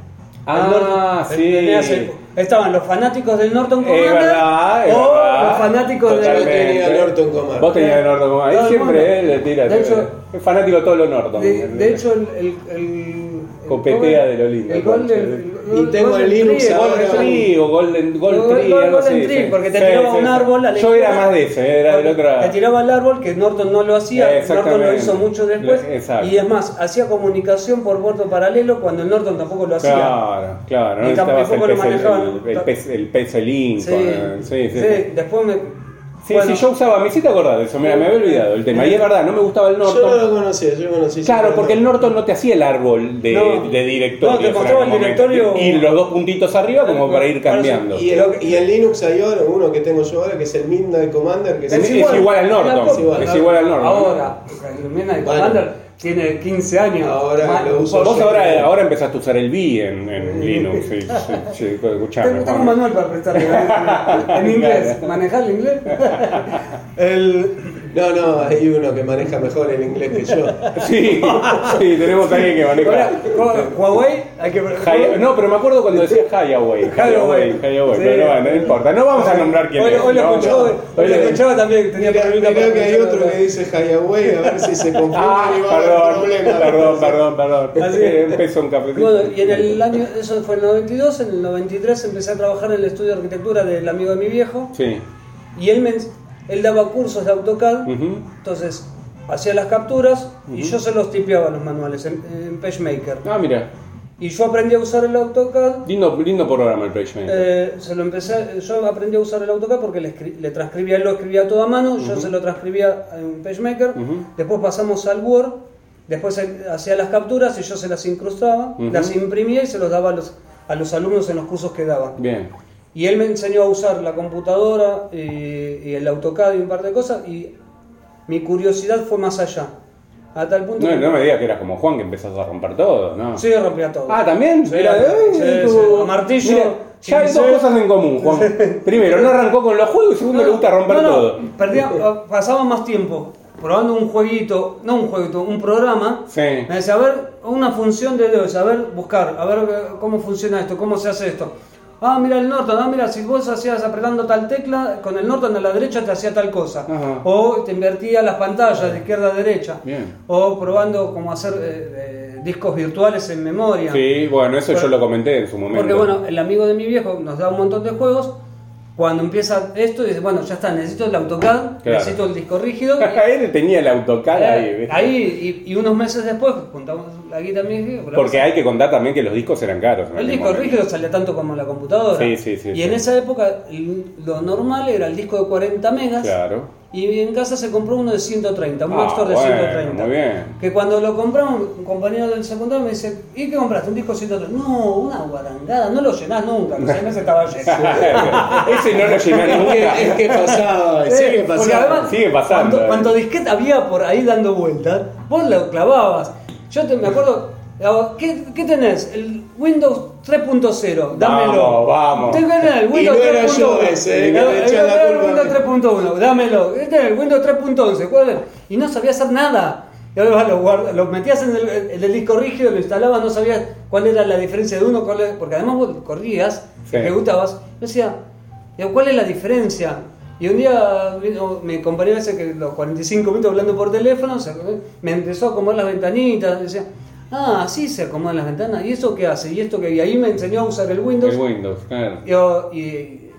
A: Ah,
C: El Norton-
A: sí.
C: tenías el- estaban los fanáticos del Norton Commander
A: Es verdad, es
C: o
A: verdad.
C: Oh, los fanáticos del...
A: Totalmente.
B: Yo tenía el Norton Commander.
A: Vos tenías el Norton Commander. Él
C: Todo el
A: siempre
C: mundo.
A: eh, le tira.
C: De hecho-
A: es fanático de todos los Norton.
C: De, de hecho, el... el, el el
A: Copetea
C: Golden-
A: de lo lindo,
C: El Golden, el
B: Y tengo
C: Golden
B: el Linux
C: Tree, el
B: ahora.
A: Gold
C: Golden Tree.
A: Tree o Golden, Gold
C: Golden-
A: Tree,
C: Golden
A: algo así,
C: Tree,
A: sí.
C: porque te
A: Sí,
C: tiraba
A: sí,
C: un
A: sí.
C: árbol. a
A: Yo
C: la
A: era
C: izquierda.
A: más de ese, eh, era del otro. Eh,
C: Te tiraba al árbol que Norton no lo hacía, Norton lo
A: Exactamente.
C: hizo mucho después.
A: Lo- exacto.
C: Y es más, hacía comunicación por puerto paralelo cuando el Norton tampoco lo hacía.
A: Claro, claro. No
C: Y tampoco
A: necesitabas el
C: lo
A: PC,
C: manejaban.
A: el, el, PC el PC Lincoln.
C: Sí,
A: Sí, sí. sí.
C: sí, después me.
A: Sí,
C: bueno,
A: sí, yo usaba, me hiciste acordar de eso, mira, me había olvidado el tema. Y es verdad, no me gustaba el
B: Yo no lo
A: Norton.
B: conocía, yo conocí.
A: Claro,
B: siempre
A: porque el Norton no te hacía el árbol de,
C: No.
A: de directorio.
C: No, te
A: en algún
C: mostraba el
A: momento.
C: directorio-
A: Y los dos puntitos arriba como para ir cambiando.
B: Y en, y en Linux hay ahora uno que tengo yo ahora que es el Midnight Commander que
A: Es- es
B: igual.
A: igual al
C: la
A: Norton,
C: copia.
A: es igual al Norton.
C: Ahora, el Mena de
B: Bueno.
C: Commander tiene 15 años.
B: Ahora
C: Mal,
B: lo uso
A: Vos
B: yo.
A: ahora, ahora empezaste a usar el B en, en Linux. Sí,
C: *laughs*
A: sí, sí, pues, escuchame,
C: Tengo,
A: Juan.
C: tengo un manual para prestarle
A: *laughs*
C: ¿eh? en inglés.
A: Claro.
C: ¿Manejar
A: *laughs*
C: el inglés? el,
B: No, no, hay uno que maneja mejor el inglés que yo.
A: Sí, sí, tenemos a alguien que maneja.
C: Ahora, Hua- Huawei, hay que
A: Hi- no, pero me acuerdo cuando decía Highway. Highway, Highway.
C: Sí.
A: Pero bueno, no importa. No vamos a nombrar quién
C: hoy,
A: es.
C: Hoy lo
A: no,
C: escuchaba,
A: no. Hoy
C: hoy lo
A: le-
C: escuchaba también. Tenía
B: Mirá,
C: problemita
B: mirá
C: para
B: que hay
C: escuchar
B: otro
C: la-
B: que dice Highway, a ver si se confunde
A: Ah,
B: y va a haber
A: perdón,
B: problemas.
A: perdón, perdón, perdón.
C: Así
A: Sí, *laughs*
C: es.
A: Empezó un café.
C: Ah, Bueno, y en el año, eso fue en el 92, en el 93 empecé a trabajar en el estudio de arquitectura del amigo de mi viejo
A: Sí.
C: y él, me, él daba cursos de AutoCAD,
A: Ujú.
C: entonces hacía las capturas y
A: Ujú.
C: yo se los tipeaba los manuales en, en PageMaker.
A: Ah, mira.
C: Y yo aprendí a usar el AutoCAD
A: Lindo, lindo programa el PageMaker.
C: Eh, se lo empecé, yo aprendí a usar el AutoCAD porque le, escri- le transcribía, él lo escribía todo a mano, yo se lo transcribía a un PageMaker,
A: Ujú.
C: después pasamos al Word, después él hacía las capturas y yo se las incrustaba,
A: Ujú.
C: las imprimía y se los daba a los, a los alumnos en los cursos que daba.
A: Bien.
C: Y él me enseñó a usar la computadora eh, y el AutoCAD y un par de cosas y mi curiosidad fue más allá, a tal punto
A: No,
C: que
A: no me digas que eras como Juan que empezás a romper todo, ¿no?
C: sí rompía todo.
A: Ah, también.
C: Sí,
A: Mira,
C: sí,
A: eh,
C: sí,
A: tu-
C: a martillo,
A: Mira, ya hay dos
C: chincel.
A: cosas en común, Juan. Primero, no arrancó con los juegos y segundo, le gusta romper
C: no, no,
A: todo. *laughs*
C: perdía- pasaba más tiempo probando un jueguito, no un jueguito, un programa.
A: Sí.
C: Me decía, a ver, una función de Dios, a ver, buscar, a ver eh, cómo funciona esto, cómo se hace esto. Ah, mira el Norton, ah, mira, si vos hacías apretando tal tecla, con el Norton a la derecha te hacía tal cosa.
A: Ajá.
C: O te invertía las pantallas de izquierda a derecha.
A: Bien.
C: O probando cómo hacer eh, eh, discos virtuales en memoria.
A: Sí, bueno, eso yo
C: Bueno.
A: lo comenté en su momento.
C: Porque bueno, el amigo de mi viejo nos da un montón de juegos. Cuando empieza esto, dice, bueno, ya está, necesito el AutoCAD, necesito el disco rígido. Y,
A: él tenía el autocar *laughs* ahí,
C: eh,
A: ¿viste?
C: ahí, y, y unos meses después, juntamos la guita mi viejo. la
A: Porque
C: cosa.
A: hay que contar también que los discos eran caros. en
C: el
A: aquel
C: disco
A: momento.
C: rígido salía tanto como la computadora.
A: Sí, sí, sí,
C: y
A: sí.
C: en esa época el- lo normal era el disco de 40 megas.
A: Claro. *laughs*
C: Y en casa se compró uno de 130, un
A: Ah,
C: Maxtor de
A: bueno,
C: 130.
A: muy bien.
C: Que cuando lo compramos, un compañero del secundario me dice, ¿y qué compraste? Un disco de 130. No, una guarangada, no lo llenás
A: *laughs*
C: nunca, los seis meses estaba lleno.
A: Ese no lo llené
C: *laughs*
B: Es que, es
A: nunca.
B: que pasaba, sigue
C: Eh, Porque
B: pasando. eh.
C: además,
A: Sigue pasando.
C: Cuando, cuando disquete había por ahí dando vueltas, vos lo clavabas. Yo te- me acuerdo, hago, ¿qué, qué tenés? El Windows 3.0, dámelo.
A: Vamos, vamos.
C: Tengo el
B: Y
C: Windows
B: no era
C: 3.1.
B: yo ese, eh, que
C: El-
B: me echan la
C: el- el
B: culpa a mí.
C: Windows 3.1, dámelo. Este es el Windows 3.11, ¿cuál es? Y no sabía hacer nada. Y ahora lo, guard- lo metías en el, en el disco rígido, lo instalabas, no sabías cuál era la diferencia de uno, cuál era- porque además vos corrías,
A: Sí.
C: te gustabas. Yo decía, digo, ¿cuál es la diferencia? Y un día vino mi compañero ese que los 45 minutos hablando por teléfono, se- me empezó a acomodar las ventanitas, decía, ah, así se acomodan las ventanas, ¿y eso qué hace? Y esto que y ahí me enseñó a usar el Windows.
A: El Windows, claro.
C: Yo, y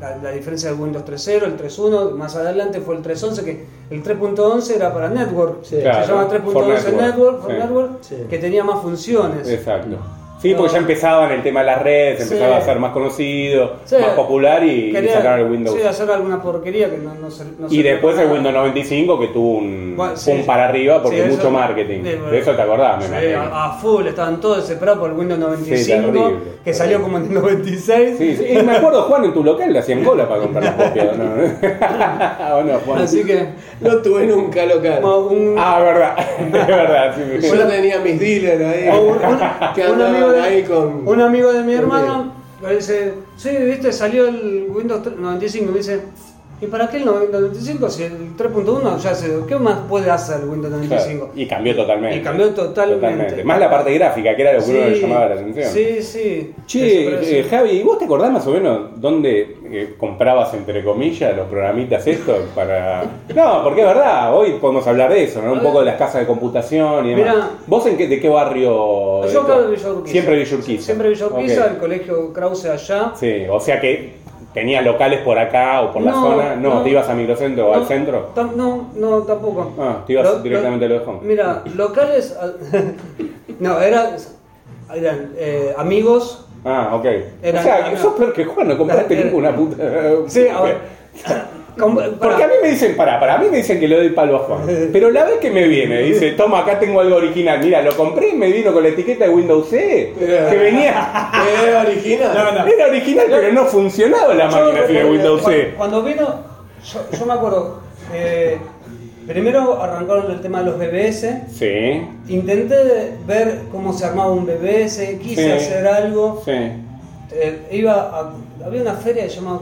C: la, la diferencia del Windows 3.0, el 3.1, más adelante fue el 3.11, que el 3.11 era para network.
B: Sí.
C: Se
A: Claro,
C: llama
A: for
C: 3.11
A: network,
C: network, for
A: sí.
C: network
B: Sí.
C: que tenía más funciones.
A: Exacto. Sí, porque ya empezaban el tema de las redes,
C: Eh, Sí.
A: empezaba a ser más conocido,
C: Sí.
A: más popular y, y
C: Quería-
A: sacaron el Windows.
C: Sí, hacer alguna porquería que no, no se- no
A: y
C: se-
A: después el Windows 95 que tuvo un,
C: Bueno,
A: fue
C: sí,
A: un
C: sí.
A: para arriba porque
C: Sí, eso-
A: mucho marketing.
C: Sí, bueno.
A: De eso te acordás, me
C: Sí, ah,
A: imagino.
C: a, a full, estaban todos desesperados por el Windows 95,
A: terrible,
C: que salió como en el 96.
A: Sí, sí. Y me acuerdo, Juan, en tu local le hacían cola para comprar las
C: *laughs*
A: copias. ¿no? *laughs* ¿O no, Juan?
C: Así que,
B: No tuve nunca local.
C: como un,
A: Ah, verdad, *laughs* de verdad. sí, sí.
B: Yo tenía mis dealers ahí.
C: o un- un-
B: que
C: un
B: andaban
C: amigo de,
B: ahí con.
C: un amigo de mi
B: con
C: hermano me dice, sí, viste, salió el Windows 3 95, me dice, ¿y para qué el 95 si el 3.1 ya se... ¿Qué más puede hacer el Windows 95?
A: Y cambió totalmente.
C: Y cambió totalmente.
A: Más la parte gráfica, que era lo que uno le
C: Sí,
A: llamaba la atención.
C: Sí, sí. Eso, pero
A: Che, eh,
C: sí.
A: Javi, ¿y vos te acordás más o menos dónde eh, comprabas, entre comillas, los programitas estos para...? No, porque es verdad, hoy podemos hablar de eso, ¿no? Un poco de las casas de computación y demás.
C: Mirá.
A: ¿Vos en qué, de qué barrio...?
C: Yo acá de
A: de
C: Villa Urquiza.
A: Siempre Villurquiza.
C: Siempre Villa Urquiza,
A: Ok.
C: el colegio Krause allá.
A: Sí, o sea que tenías locales por acá o por la
C: No,
A: zona. No,
C: no.
A: te ibas a microcentro o al centro.
C: tam- no, no, tampoco.
A: Ah, te ibas
C: Lo-
A: directamente
C: lo-
A: a lo de home.
C: Mira, locales. a- *laughs* no, era- eran eh, amigos.
A: Ah, ok.
C: Era-
A: o sea,
C: era-
A: que sos peor que Juan, no compraste
C: *laughs* Era-
A: ninguna puta.
C: Sí, ahora. *coughs* con- para-
A: Porque a mí me dicen, pará, para mí me dicen que le doy palo a Juan. Pero la vez que me viene, dice, toma, acá tengo algo original. Mira, lo compré y me vino con la etiqueta de Windows C. Que
C: *laughs*
A: venía.
B: ¿Era original?
A: Era original, pero no funcionaba la
C: Yo
A: máquina de
C: recuerdo-
A: Windows C.
C: Cuando vino, yo, yo me acuerdo. eh, primero arrancaron el tema de los BBS.
A: Sí,
C: Intenté ver cómo se armaba un BBS, quise
A: Sí.
C: hacer algo.
A: sí.
C: Eh, iba a- había una feria llamada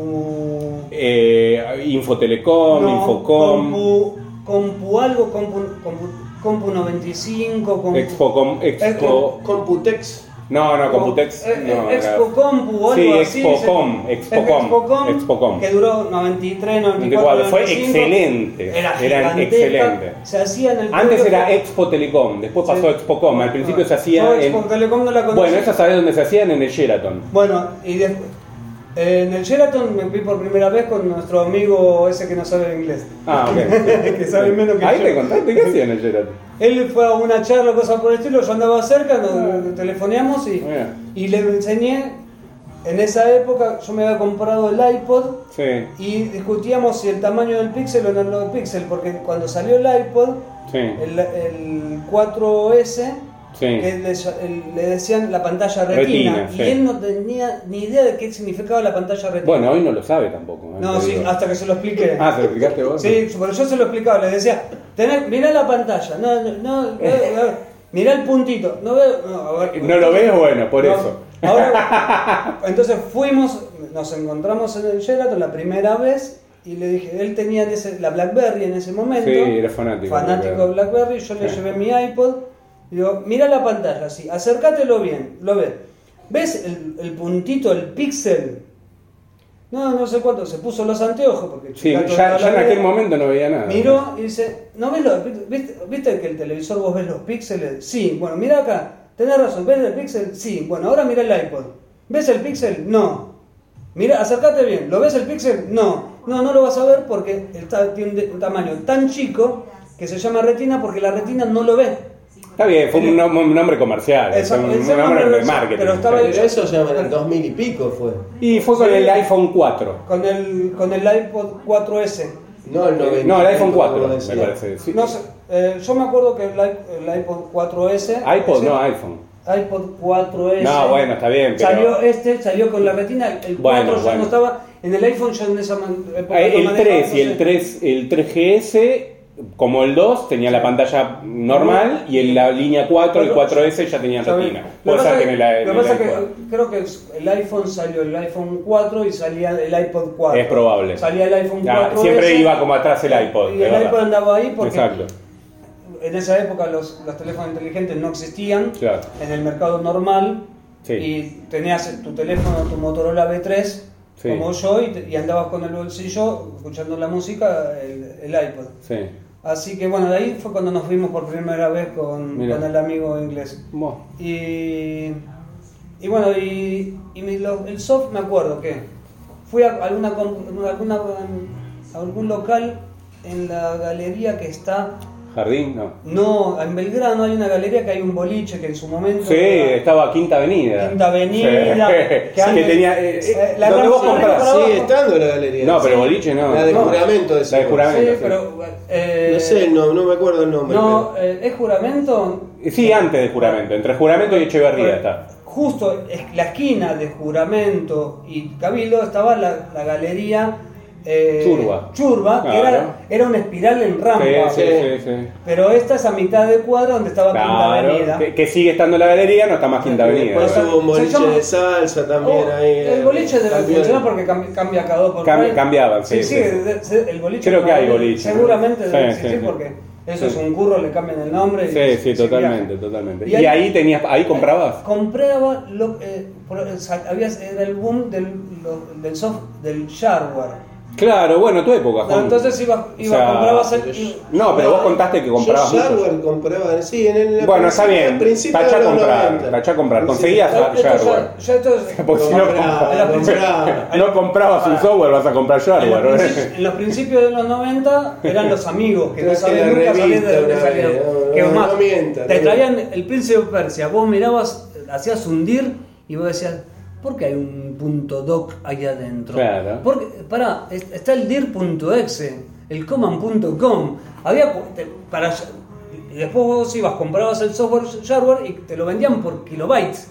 C: Compu.
A: Eh, Infotelecom,
C: no,
A: Infocom.
C: Compu, Compu algo, Compu, Compu, Compu 95, Compu.
A: Expocom, Expo.
C: Expo.
B: Computex.
A: No, no, Computex.
C: Eh, eh,
A: no,
C: Expo Compu, algo
A: Sí,
C: así.
A: Expocom,
C: se-
A: Expocom,
C: Expocom,
A: Expocom.
C: Que duró 93, 94.
A: 94, fue
C: 95.
A: excelente,
C: Era
A: eran
C: gigantesca,
A: excelente.
C: Se hacía en el.
A: Antes
C: propio-
A: era Expo Telecom, después
C: Sí.
A: pasó a Expocom. Al principio
C: No,
A: se hacía
C: no,
A: en.
C: Expo Telecom no la conocí.
A: Bueno, esa sabés dónde se hacían en el Sheraton.
C: Bueno, y después. En el Sheraton me vi por primera vez con nuestro amigo ese que no sabe inglés.
A: Ah, ok.
C: *laughs* Que sabe menos que
A: Ahí
C: yo.
A: te contaste qué hacían en el Sheraton.
C: Él fue a una charla, cosas por el estilo, yo andaba cerca, nos, nos telefoneamos y,
A: Mira.
C: y le enseñé. En esa época yo me había comprado el iPod
A: Sí,
C: y discutíamos si el tamaño del píxel o no del píxel, porque cuando salió el iPod,
A: sí,
C: el, el 4S,
A: sí.
C: que le, el- le decían la pantalla retina,
A: Retina,
C: y
A: sí.
C: él no tenía ni idea de qué significaba la pantalla retina.
A: Bueno, hoy no lo sabe tampoco. eh,
C: No,
A: te
C: sí,
A: digo.
C: hasta que se lo expliqué.
A: Ah, ¿se lo explicaste vos?
C: Sí, pero yo se lo explicaba, le decía, "Tené- mirá la pantalla, no, no, no, no, no, mirá el puntito, no veo, no, a ver,
A: No lo ves, bueno, por
C: no,
A: eso. *laughs*
C: ahora- entonces fuimos, nos encontramos en el Sheraton la primera vez y le dije, él tenía en ese- la BlackBerry en ese momento,
A: Sí, era fanático.
C: fanático de BlackBerry, yo le
A: Sí.
C: llevé mi iPod, y digo, mirá la pantalla, así, acércatelo bien, lo ves, ¿ves el, el puntito, el píxel? No, no sé cuánto, se puso los anteojos porque
A: Sí,
C: chica,
A: ya,
C: toda
A: ya
C: la
A: en aquel
C: vida.
A: momento no veía nada.
C: Miró y dice, ¿no ves los píxeles? ¿Viste, viste que el televisor vos ves los píxeles? Sí, bueno, mira acá, tenés razón, ¿ves el píxel? Sí, bueno, ahora mira el iPod. ¿Ves el píxel? No. Mira, acércate bien, ¿lo ves el píxel? No. No, no lo vas a ver porque está, tiene un de- un tamaño tan chico que se llama retina porque la retina no lo ve.
A: Está bien, fue un, nom- un nombre comercial,
C: Esa-
A: fue un,
C: ese
A: un nombre de
C: nombre comercial,
A: marketing.
C: pero estaba
B: Pero eso ya en el 2000 y pico fue.
A: Y fue con
C: Sí.
A: el iPhone 4.
C: Con el, con el iPod 4S.
B: No, el 90.
A: No, el iPhone
B: como
A: 4, me
B: decía.
A: parece. sí.
C: No sé, eh, yo me acuerdo que el, i- el iPod 4S...
A: iPod,
C: ese-
A: no, iPhone.
C: iPod 4S.
A: No, bueno, está bien, pero-
C: Salió este, salió con la retina, el 4
A: Bueno,
C: ya
A: bueno.
C: no estaba. En el iPhone ya en esa man- época.
A: Eh,
C: no
A: El
C: manejaba,
A: 3 y
C: no sé.
A: el 3, el 3GS, como el 2, tenía la pantalla normal y en la línea 4, el 4S ya tenía
C: Está bien.
A: retina.
C: Lo
A: Puede
C: que
A: ser
C: pasa
A: que en el, en
C: es- lo
A: el
C: que pasa es que
A: iPhone.
C: creo que el iPhone salió el iPhone 4 y salía el iPod 4.
A: Es probable.
C: Salía el iPhone
A: Ah,
C: 4.
A: siempre iba como atrás el iPod,
C: Y
A: de
C: el
A: verdad.
C: iPod andaba ahí porque
A: Exacto.
C: en esa época los, los teléfonos inteligentes no existían
A: Claro.
C: en el mercado normal
A: Sí.
C: y tenías tu teléfono, tu Motorola B3
A: Sí.
C: como yo y, te- y andabas con el bolsillo escuchando la música, el, el iPod.
A: Sí.
C: Así que bueno, de ahí fue cuando nos vimos por primera vez con,
A: Mira.
C: con el amigo inglés.
A: Bueno,
C: Y, y bueno, y, y mi- lo- el soft me acuerdo que fui a alguna, com- alguna- a algún local en la galería que está
A: Jardín, no.
C: No, en Belgrano hay una galería que hay un boliche que en su momento.
A: Sí,
C: era-
A: estaba Quinta Avenida.
C: Quinta Avenida,
A: Sí.
C: que
A: *laughs* Que,
C: antes-
A: tenía. eh,
C: eh, la
A: ¿Dónde
C: Gran
A: vos
C: Sabrina
A: compras?
C: para abajo.
B: Sigue estando la galería.
A: No, pero boliche no.
B: La de
A: No.
B: juramento decimos.
A: La de juramento.
C: Sí,
A: sí.
C: pero. eh,
B: No sé, no, no me acuerdo el nombre.
C: No, eh, ¿es juramento?
A: Eh, Sí, antes de juramento, entre juramento y Echeverría está.
C: Justo en la esquina de Juramento y Cabildo estaba la, la galería eh,
A: Churba.
C: Churba, que
A: Claro.
C: era, era una espiral en rampa.
A: Sí, sí, sí, sí.
C: Pero esta es a mitad de cuadra donde estaba Quinta
A: Claro,
C: Avenida.
A: que, que sigue estando la galería, no está más Quinta
B: pero-
A: Avenida.
B: Después
C: ¿verdad?
B: hubo un
C: Se
B: boliche
C: llama-
B: de salsa también
C: Oh,
B: ahí. eh,
C: el boliche debe
B: campeones.
C: funcionar porque cam- cambia cada dos por
A: Cam-
C: tres.
A: cambiaban, sí,
C: sí,
A: sí.
C: de- se- el boliche
A: Creo que hay
C: debe-
A: boliche,
C: Seguramente
A: ¿no?
C: debe
A: Sí,
C: existir
A: sí, sí.
C: porque eso
A: Sí.
C: es un curro, le cambian el nombre. y
A: Sí, sí,
C: se- se
A: totalmente,
C: viaja.
A: totalmente.
C: Y
A: Y,
C: ahí-
A: ahí tenías, ahí comprabas.
C: Compraba, lo, eh, por- o sea, había, era el boom del, lo- del soft, del shareware.
A: Claro, bueno, tu época, Juan.
C: Entonces iba, iba
A: O sea,
C: comprabas el...
B: yo-
A: No, pero vos contaste que
B: Yo
A: comprabas mucho.
B: Shareware compraba, sí, en el
A: Bueno, está bien.
B: al principio
A: Tachá
B: de los
A: comprar,
B: 90.
A: tachá comprar.
B: Principio-
A: Conseguías
C: Esto ya-
A: shareware.
C: ya esto es-
A: Porque *laughs* si no,
B: Compraba,
A: compras-
B: compraba.
A: no comprabas un
C: Para.
A: software, vas a comprar
C: En los,
A: hardware.
C: principios, en los principios de los 90 eran los amigos que no
B: Traje la
C: sabían nunca sabían de
B: revista
C: dónde
B: una
C: salieron.
B: vez, no,
C: Que
B: no,
C: es más,
B: no mientas,
C: te
B: no
C: traían el príncipe de Persia, vos mirabas, hacías hundir y vos decías, ¿por qué hay un punto doc ahí adentro?
A: Claro.
C: Porque, pará, es- está el dir.exe, el command.com. Había pu- te- para y después vos ibas, comprabas el software shareware y te lo vendían por kilobytes.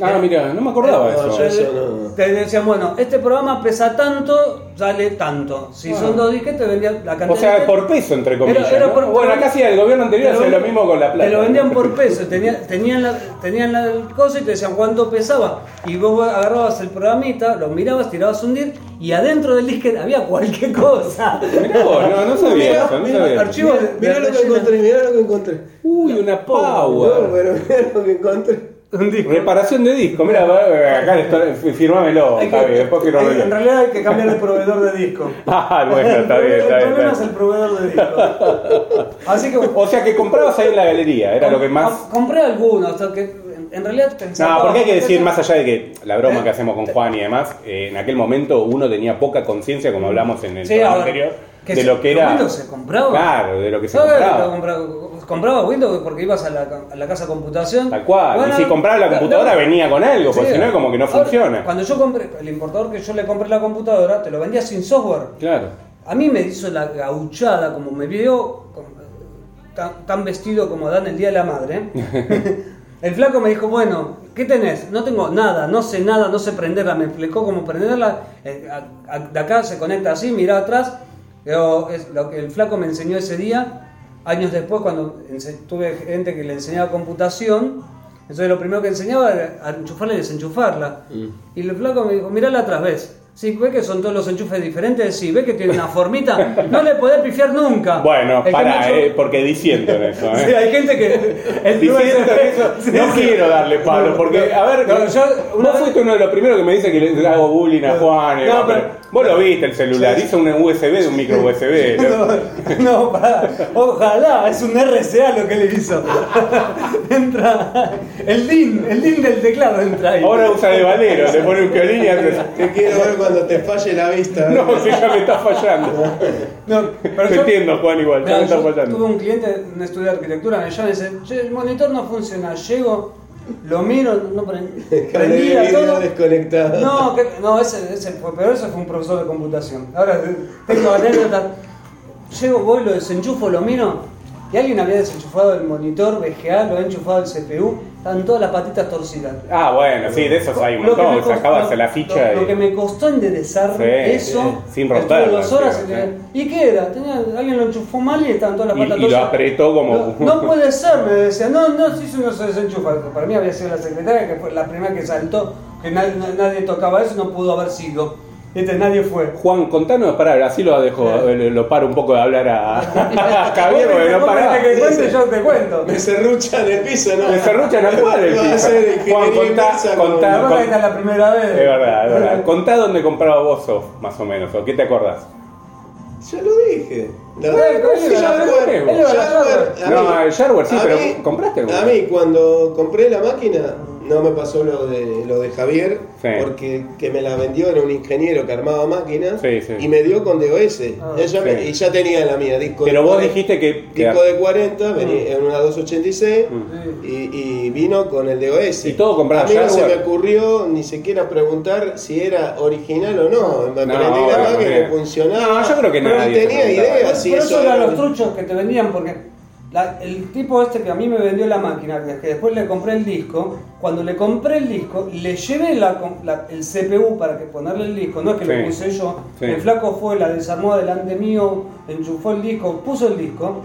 A: Ah, mira, no me acordaba
B: No,
A: eso.
B: yo-
C: Entonces,
B: no.
C: Te decían, bueno, este programa pesa tanto, sale tanto. Si son dos disques, te vendían la cantidad.
A: O sea,
C: de-
A: por peso, entre comillas.
C: Era- era
A: ¿no?
C: por-
A: bueno, acá sí, el gobierno anterior
C: te
A: hacía lo
C: ven-
A: mismo con la plata.
C: Te lo vendían por peso, tenía- tenían, la, tenían la el coso y te decían cuánto pesaba. Y vos agarrabas el programita, lo mirabas, tirabas un disc y adentro del disque había cualquier cosa.
A: Mirá vos, no, no sabía
B: Mirá,
A: eso, no
B: mirá,
A: sabía. eso.
C: archivos de-
B: Mirá lo
C: de
B: que
C: relleno.
B: encontré, mirá lo que encontré.
A: Uy,
C: Oh,
A: una
B: No,
A: power.
B: pero mirá lo que encontré.
C: Un disco.
A: Reparación de disco, mira, acá le estoy- firmámelo,
C: Hay
A: está
C: que-
A: bien, después
C: hay- en
A: firmámelo.
C: realidad hay que cambiar el proveedor de disco.
A: Ah, bueno, está bien,
C: el
A: está bien. está
C: problema es el
A: bien.
C: proveedor de disco. Así que
A: O sea que comprabas ahí en la galería, era lo que más.
C: Com- Compré algunos, o sea, que en- en realidad pensaba.
A: No, porque hay que decir,
C: pensaba-
A: más allá de que la broma que hacemos con Juan y demás, eh, en aquel momento uno tenía poca conciencia, como hablamos en el
C: Sí,
A: programa
C: ahora,
A: anterior,
C: que
A: de
C: se-
A: lo que
C: que
A: era.
C: Windows se compraba.
A: Claro, de lo que se
C: ¿Sabes
A: compraba.
C: lo que compraba? Compraba Windows porque ibas a la, a la casa de computación.
A: Tal cual.
C: Bueno,
A: y si compraba la
C: no,
A: computadora
C: no.
A: venía con algo, porque
C: Sí.
A: si no, como que no
C: Ahora,
A: funciona.
C: Cuando yo compré, el importador que yo le compré la computadora, te lo vendía sin software.
A: Claro.
C: A mí me hizo la gauchada, como me vio con- tan, tan vestido como Dan el Día de
A: *laughs*
C: la Madre. el flaco me dijo, bueno, ¿qué tenés? No tengo nada, no sé nada, no sé prenderla. Me explicó cómo prenderla. Eh, a- a- de acá se conecta así, mira atrás. Pero es lo que el flaco me enseñó ese día. Años después, cuando ense- tuve gente que le enseñaba computación, entonces lo primero que enseñaba era a enchufarla y desenchufarla.
A: Mm.
C: Y el flaco me dijo, mirala atrás, ¿ves? Sí, ve que son todos los enchufes diferentes, sí, ve que tiene una formita, no le podés pifiar nunca.
A: Bueno,
C: El que me
A: para,
C: enchu-
A: porque diciendo en eso,
C: *laughs* Sí,
A: ¿eh?
C: hay gente que...
A: *laughs*
C: El
A: Diciendo en eso,
C: *laughs* Sí,
A: no
C: sí.
A: quiero darle palo, porque, a ver,
C: No, yo una
A: vos
C: vez-
A: fuiste uno de los primeros que me dice que le hago bullying a Juan. y
C: No,
A: demás,
C: pero-
A: pero vos lo viste el celular,
B: Sí.
A: hizo un USB de un micro USB. ¿no?
C: No, no, pará. Ojalá, es un RCA lo que le hizo. *laughs* entra. El DIN, el DIN del teclado entra ahí.
A: Ahora usa de valero, le pone un violín y hace...
B: Te quiero ver cuando te falle la vista.
C: *laughs*
A: No, que ya me está fallando.
C: No, pero
A: Te
C: yo-
A: entiendo, Juan, igual, ya
C: Claro,
A: me está
C: yo Tuve
A: fallando.
C: un cliente, un estudio de arquitectura, me llama y dice, "Che, el monitor no funciona, llego, lo miro, no prend-
B: Cable de
C: prendía
B: video
C: todo.
B: desconectado.
C: No, que- no ese, ese fue peor, ese fue un profesor de computación. Ahora tengo anécdotas. Llego, voy, lo desenchufo, lo miro, y alguien había desenchufado el monitor VGA, lo había enchufado el CPU, estaban todas las patitas torcidas.
A: Ah, bueno, sí, de esos hay un
C: Lo que me
A: montón.
C: costó-
A: Sacabas la ficha
C: lo, lo que
A: y...
C: me costó enderezar
A: Sí,
C: eso.
A: sí, sin
C: estuve
A: romperla,
C: dos horas
A: sí,
C: y, que- ¿y qué era? Tenía- alguien lo enchufó mal y estaban todas las
A: Y-
C: patas
A: y lo
C: torcidas.
A: apretó como-
C: No, no puede ser, me decía. No, no, sí, eso no se desenchufa. Para mí había sido la secretaria que fue la primera que saltó, que na- na- nadie tocaba eso, no pudo haber sido. Este, nadie fue.
A: Juan, contanos, pará, así lo dejo, eh, lo, lo paro un poco de hablar
C: *laughs*
A: a, a Javier,
C: Vos
A: porque
C: me-
A: no
C: vos me
A: pará.
C: tenés que cuente, yo te cuento.
B: Me serrucha en el piso, ¿no?
A: Me serrucha no puede,
B: Va a
A: FIFA.
B: ser ingeniería
A: Juan, contá-
B: inversa con-
A: contá-
C: La verdad que esta es la primera vez.
A: Es verdad, es verdad. Contá dónde compraba vos soft, más o menos, o qué te acordás.
B: Ya lo dije. La
C: Bueno,
B: verdad,
C: él iba a la-
B: Shareware,
A: él
C: iba
B: Shareware,
C: a la
A: Shareware.
B: a mí-
A: No, el Shareware sí,
B: a
A: pero
B: mí-
A: compraste alguna.
B: A mí, cuando compré la máquina, No me pasó lo de, lo de Javier,
A: Sí.
B: porque que me la vendió era un ingeniero que armaba máquinas
A: Sí, sí.
B: y me dio con DOS.
C: Ah.
B: Ella me-
A: Sí.
B: y ya tenía la mía, disco
A: Pero vos
B: 40,
A: dijiste que-
B: Disco
A: que-
B: de 40, venía en una 286
A: Mm.
B: y, y vino con el DOS.
A: Y todo comprado
B: A mí no se
A: hardware.
B: me ocurrió ni siquiera preguntar si era original o no. Me prendí la
A: bueno,
B: máquina
A: bien.
B: y funcionaba.
A: No, yo creo que
B: Pero
A: nadie
B: No
A: se
B: tenía
A: preguntaba.
B: idea
A: Por-
B: si
C: Por
B: eso
C: eso eran
B: era
C: los truchos que te vendían, porque la- el tipo este que a mí me vendió la máquina, que que después le compré el disco, cuando le compré el disco, le llevé la com- la- el CPU para que ponerle el disco, no es que lo
A: Sí.
C: puse yo,
A: Sí.
C: el flaco fue, la desarmó delante mío, enchufó el disco, puso el disco.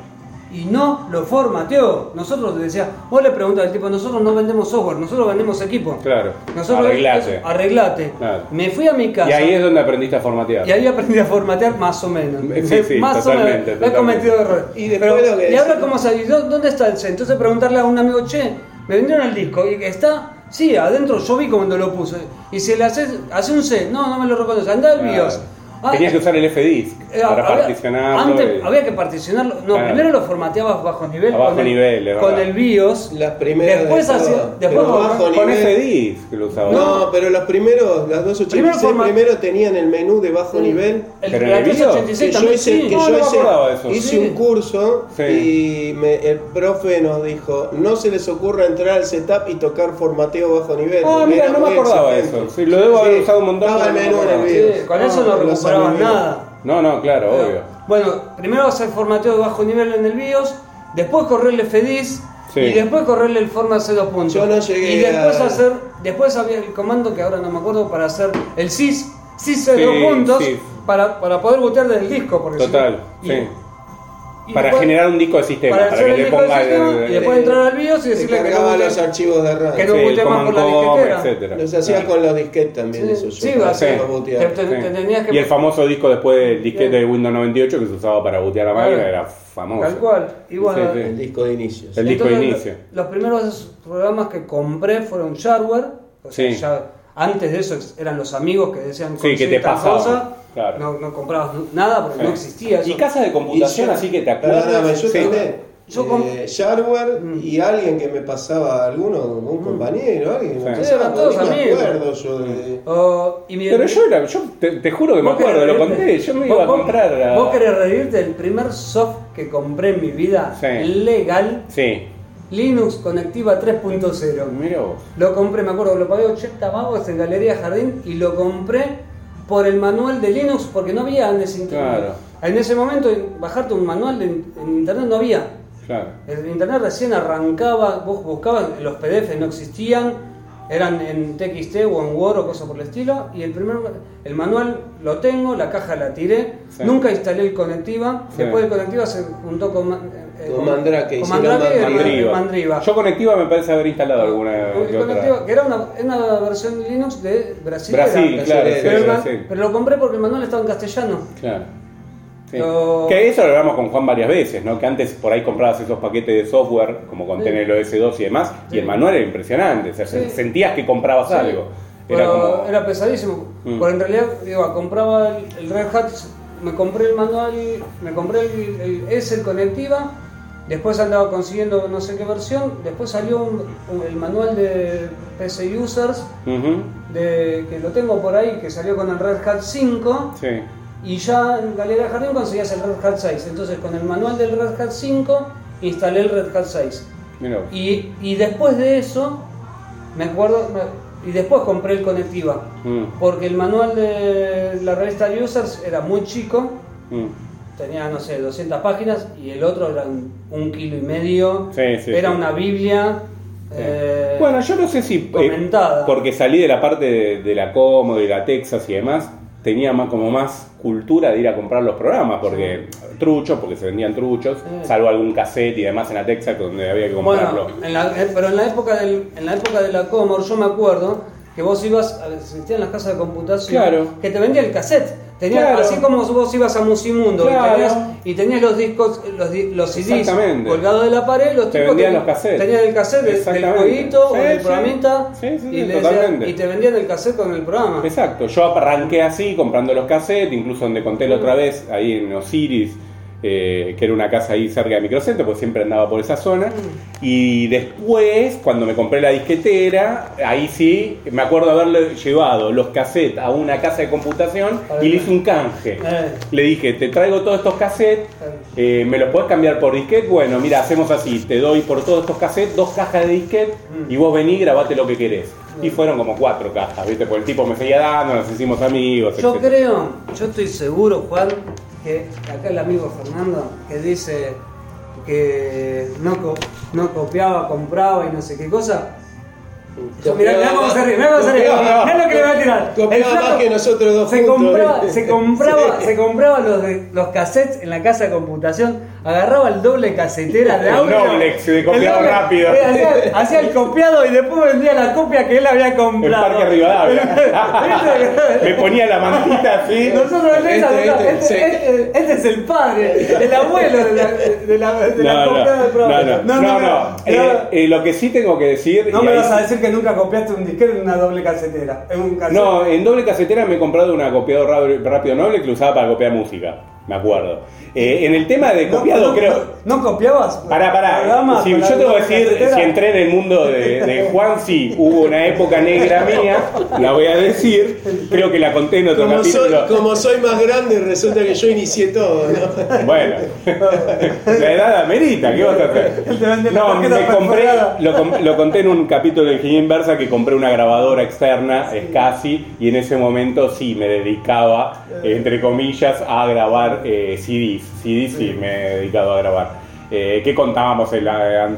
C: Y no lo formateó. Nosotros le decía, vos le preguntas al tipo, nosotros no vendemos software, nosotros vendemos equipo.
A: Claro.
C: Nosotros
A: Arreglate.
C: Arreglate.
A: Claro.
C: Me fui a mi casa.
A: Y ahí es donde aprendiste a formatear.
C: Y ahí aprendí a formatear más o menos.
A: Sí, sí,
C: más
A: totalmente,
C: o menos.
A: totalmente.
C: He cometido errores.
B: Y después lo que
C: y ahora
B: decís-
C: cómo salí, ¿Dó- ¿dónde está el C? Entonces preguntarle a un amigo, che, me vendieron el disco y que está, sí, adentro yo vi cuando lo puse. Y si le haces, hace un C, no, no me lo reconoce, anda el BIOS. Ah,
A: Tenías que usar el FDIS
C: eh,
A: para
C: había-
A: particionarlo.
C: Antes
A: y-
C: había que particionarlo. No,
A: Claro.
C: primero lo formateabas bajo nivel.
A: A bajo
C: con el-
A: nivel, es
C: Con
A: verdad.
C: el BIOS.
B: Las primeras
C: Después,
B: de
C: hacía-
B: todo,
C: después
B: pero
C: con-
B: bajo
A: Con
B: nivel.
A: FDIS que lo usaba.
B: No, pero los primeros, las 286
C: Primero forma-
B: primero, tenían el menú de bajo nivel.
C: El,
A: Pero en
C: la
A: el BIOS,
C: 386
B: Que yo
C: también,
B: hice,
C: sí.
B: que
A: No,
B: yo
A: no me
B: hice-
A: acordaba de eso.
B: hice
C: Sí.
B: un curso
A: Sí.
B: y me- el profe nos dijo, no se les ocurra entrar al setup y tocar formateo bajo nivel.
A: Ah,
B: porque
A: mira,
B: era
A: no me
B: muy
A: acordaba de
B: exigente.
A: eso. Sí, lo debo haber usado un montón,
B: Estaba el
A: pero no
B: menú
A: me
B: en el
A: acordaba.
B: video.
C: Sí, con eso no recuperabas nada.
A: No, no, claro, obvio.
C: Bueno, primero hacer formateo de bajo nivel en el BIOS, después correr el FDIS
A: Sí.
C: y después correrle el format C2 puntos.
B: Yo no llegué
C: y después
B: a-
C: hacer, después había el comando que ahora no me acuerdo para hacer el SIS, SIS C2
A: Sí,
C: puntos
A: sí.
C: para, para poder botear del disco, porque si no-
A: Total,
C: y-
A: sí.
C: y
A: Para
C: después-
A: generar un disco de sistema,
C: para
A: para,
C: hacer
A: que
C: el
A: le
C: disco de
A: ponga el-
C: sistema y
A: el-
C: después entrar al BIOS y
B: Te
C: decirle que no
B: cargaba
C: botea-
B: los archivos de RAM.
C: que no-
A: sí, el
C: bootee más por la
A: Command Core,
C: disquetera.
A: etcétera.
B: Los hacía
A: Claro.
B: con los disquetes también,
C: Sí,
B: eso yo.
C: sí, va a
B: para
A: ser.
B: hacerlos
C: te,
B: bootear.
C: te- te tenías que
A: Y el famoso disco después del disquete
C: Bien.
A: de Windows 98 que se usaba para bootear la
C: Claro.
A: máquina, era famoso.
C: Tal cual. Y bueno,
A: Sí,
B: El
A: sí.
B: disco de inicio.
A: El disco de
C: Entonces,
A: inicio.
C: Los primeros programas que compré fueron shareware. O sea,
A: Sí.
C: ya antes de eso eran los amigos que decían
A: Sí, que
C: "Conseguí
A: te
C: tal
A: pasaban,
C: cosa".
A: claro.
C: No, no comprabas nada porque
A: Sí.
C: no existía eso.
A: Y casa de computación,
B: Y yo-
A: así que te
B: Perdóname,
A: acuerdas.
B: yo
A: Sí.
B: también.
C: Yo
B: eh,
C: con-
B: Shareware
C: Mm.
B: y alguien que me pasaba alguno, un compañero, alguien.
A: Sí.
B: me
C: Sí, eran
B: pasaba,
C: todos
B: no me
C: amigos.
B: acuerdo yo de.
C: Oh, y mi-
A: Pero yo era, yo te, te juro que me
C: ¿Vos querés
A: acuerdo, lo
C: reírte?
A: conté, yo me
C: ¿Vos-
A: iba a
C: vos-
A: comprar a-
C: ¿Vos querés reírte? El primer soft que compré en mi vida
A: Sí.
C: legal,
A: Sí.
C: Linux Conectiva 3.0.
A: Mira vos.
C: Lo compré, me acuerdo que lo pagué 80 pavos en Galería Jardín y lo compré por el manual de Linux porque no había en ese internet.
A: Claro.
C: En ese momento en- bajarte un manual en, en internet no había.
A: Claro.
C: El internet recién arrancaba, vos buscabas, los PDF no existían, eran en TXT o en Word o cosas por el estilo. Y el primer el manual lo tengo, la caja la tiré,
A: Sí.
C: nunca instalé el conectiva,
A: Sí.
C: después el conectiva se juntó con, Ma- eh,
B: Con Mandrake,
C: con
B: hicieron
C: Mandrake y el
A: Mandriva.
C: Mandriva.
A: Yo conectiva me parece haber instalado alguna
C: El
A: que otra.
C: colectivo, que era una, una versión Linux de Brasil.
A: Brasil,
B: Brasil,
A: claro, sí,
C: pero, el man-
A: Brasil.
C: pero lo compré porque el manual estaba en castellano.
A: Claro. Sí.
C: Lo-
A: Que eso lo hablamos con Juan varias veces, ¿no? Que antes por ahí comprabas esos paquetes de software, como con
C: Sí.
A: Tener OS2 y demás,
C: Sí.
A: y el manual era impresionante, o sea,
C: Sí.
A: sentías que comprabas
C: Sí.
A: algo.
C: Pero
A: Era
C: Era,
A: como...
C: pesadísimo.
A: Mm.
C: Porque en realidad, digo, compraba el, el Red Hat, me compré el manual, me compré el, el S, el conectiva, después andaba consiguiendo no sé qué versión, después salió un- un- el manual de PC Users,
A: Ujú.
C: de, que lo tengo por ahí, que salió con el Red Hat 5.
A: Sí.
C: Y ya en Galería Jardín conseguías el Red Hat 6. Entonces con el manual del Red Hat 5 instalé el Red Hat 6.
A: Mira vos.
C: Y, y después de eso, me acuerdo, me- y después compré el Conectiva.
A: Mm.
C: Porque el manual de la revista Users era muy chico,
A: Mm.
C: tenía, no sé, 200 páginas, y el otro era un, un kilo y medio,
A: Sí, sí,
C: era
A: sí.
C: una Biblia.
A: Sí.
C: eh,
A: Bueno, yo no sé si. eh,
C: comentada.
A: porque salí de la parte de, de la Como, de la Texas y demás, tenía más, como más cultura de ir a comprar los programas, porque truchos, porque se vendían truchos,
C: Sí.
A: salvo algún cassette y demás en la Texas donde había que comprarlo.
C: Bueno, en la- eh, pero en la época del, en la época de la Comor, yo me acuerdo que vos ibas, a- existían las casas de computación,
A: Claro.
C: que te vendía el cassette. Tenías,
A: Claro.
C: Así como vos ibas a Musimundo
A: Claro.
C: y, tenías, y tenías los discos, los, di- los CDs
A: Exactamente.
C: colgados de la pared, los
A: Te
C: tipos
A: vendían
C: ten-
A: los cassettes.
C: Tenían el cassette de- del
A: Exactamente.
C: jueguito o
A: Sí,
C: del
A: sí.
C: programita
A: Sí, sí, sí,
C: y, le decían-
A: totalmente.
C: y te vendían el cassette con el programa.
A: Exacto, yo arranqué así comprando los cassettes, incluso donde conté la otra vez, ahí en Osiris, eh, que era una casa ahí cerca de Microcentro, porque siempre andaba por esa zona. Y después, cuando me compré la disquetera, ahí sí, me acuerdo haberle llevado los cassettes a una casa de computación y le hice un canje.
C: Eh.
A: Le dije, te traigo todos estos cassettes, eh, me los podés cambiar por disquete. Bueno, mira, hacemos así, te doy por todos estos cassettes dos cajas de disquete y vos vení, grabate lo que querés. Y fueron como cuatro cajas, ¿viste? Porque el tipo me seguía dando, nos hicimos amigos,
C: Yo
A: etcétera.
C: creo, yo estoy seguro, Juan, que acá el amigo Fernando, que dice que no, co- no copiaba, compraba y no sé qué cosa. Yo, mirá, mirá cómo se ríe, mirá
B: *laughs*
C: cómo se ríe.
B: Copiaba.
C: Mirá lo que le va a tirar.
B: Copiaba
C: El flaco
B: más que nosotros dos
C: se
B: juntos,
C: compraba,
B: ¿viste?
C: se compraba,
B: Sí.
C: se compraba los, de- los cassettes en la casa de computación, agarraba el doble casetera de
A: El
C: audio.
A: Noblex, de copiado
C: El Noblex.
A: rápido.
C: Eh, Hacía, hacía el copiado y después vendía la copia que él había comprado.
A: Parque
C: *laughs*
A: Rivadavia. Me ponía la mantita
D: *laughs*
A: así.
C: Nosotros en
B: Este,
C: esa, ¿verdad?
B: este,
C: este,
B: sí.
C: este- este es el padre, el abuelo de la, de la, de
A: No,
C: la
A: no,
C: compra de
A: no,
C: programa.
A: no, no, no. Eh, eh, lo que sí tengo que decir.
D: No
A: y
D: me
A: ahí
D: vas
A: sí-
D: a decir que nunca copiaste un disquete en una doble casetera. En un cassette.
A: No, en doble casetera me he comprado una copiador ra- rápido noble que lo usaba para copiar música, me acuerdo. Eh, en el tema de
D: No,
A: copiado,
D: no,
A: creo.
D: No, ¿no copiabas?
A: Pará, pará.
D: programas
A: Si
D: con la
A: yo te voy a
D: doble
A: decir,
D: casetera?
A: si entré en el mundo de, de Juan, sí, hubo una época negra mía, la voy a decir. Creo que la conté en otro
B: Como soy,
A: capítulo.
B: como soy más grande, resulta que yo inicié todo,
C: *laughs*
B: ¿no?
A: Bueno, la edad amerita, ¿qué vas a
D: Él te vende
A: hacer?
D: la
A: No,
D: tarjeta
A: me compré,
D: perforada.
A: lo, com- lo conté en un capítulo de Ingeniería Inversa que compré una grabadora externa, es casi, y en ese momento sí me dedicaba, eh, entre comillas, a grabar eh, CDs. CDs sí me he dedicado a grabar. Eh, que contábamos el eh,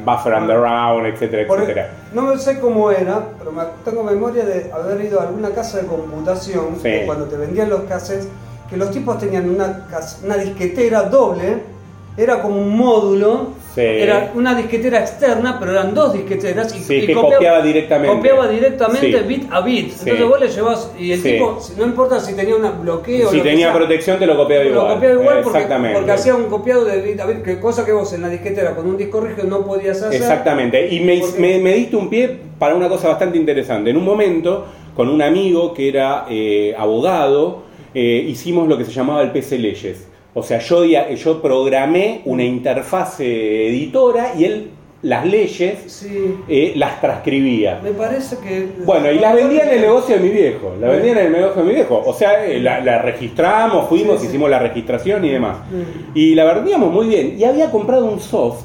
A: Buffer Underground, etcétera,
D: Por-
A: etcétera.
D: no sé cómo era, pero me- tengo memoria de haber ido a alguna casa de computación
A: Sí.
D: o cuando te vendían los cassettes, que los tipos tenían una, cas- una disquetera doble, era como un módulo,
A: Sí.
C: Era una disquetera externa, pero eran dos disqueteras y,
A: Sí,
C: y
A: que copiaba directamente.
C: copiaba directamente
A: Sí.
C: bit a bit. Entonces
A: Sí.
C: vos le llevas y el
A: Sí.
C: tipo, no importa si tenía un bloqueo
A: Si
C: lo que
A: tenía
C: sea,
A: protección te lo copiaba igual.
C: Lo copiaba igual
A: Eh,
C: porque,
A: Exactamente.
C: porque hacía un copiado de bit a bit, que cosa que vos en la disquetera con un disco rígido no podías hacer.
A: Exactamente. Y me, me- me diste un pie para una cosa bastante interesante. En un momento, con un amigo que era eh, abogado, eh, hicimos lo que se llamaba el PC Leyes. O sea, yo, dia- yo programé una interfase editora y él las leyes
C: Sí,
A: eh, las transcribía.
C: me parece que...
A: Bueno, y las vendía en el negocio de mi viejo. La vendía en el negocio de mi viejo. O sea, eh, la, la registramos, fuimos, hicimos la registración y demás. Y la vendíamos muy bien. Y había comprado un soft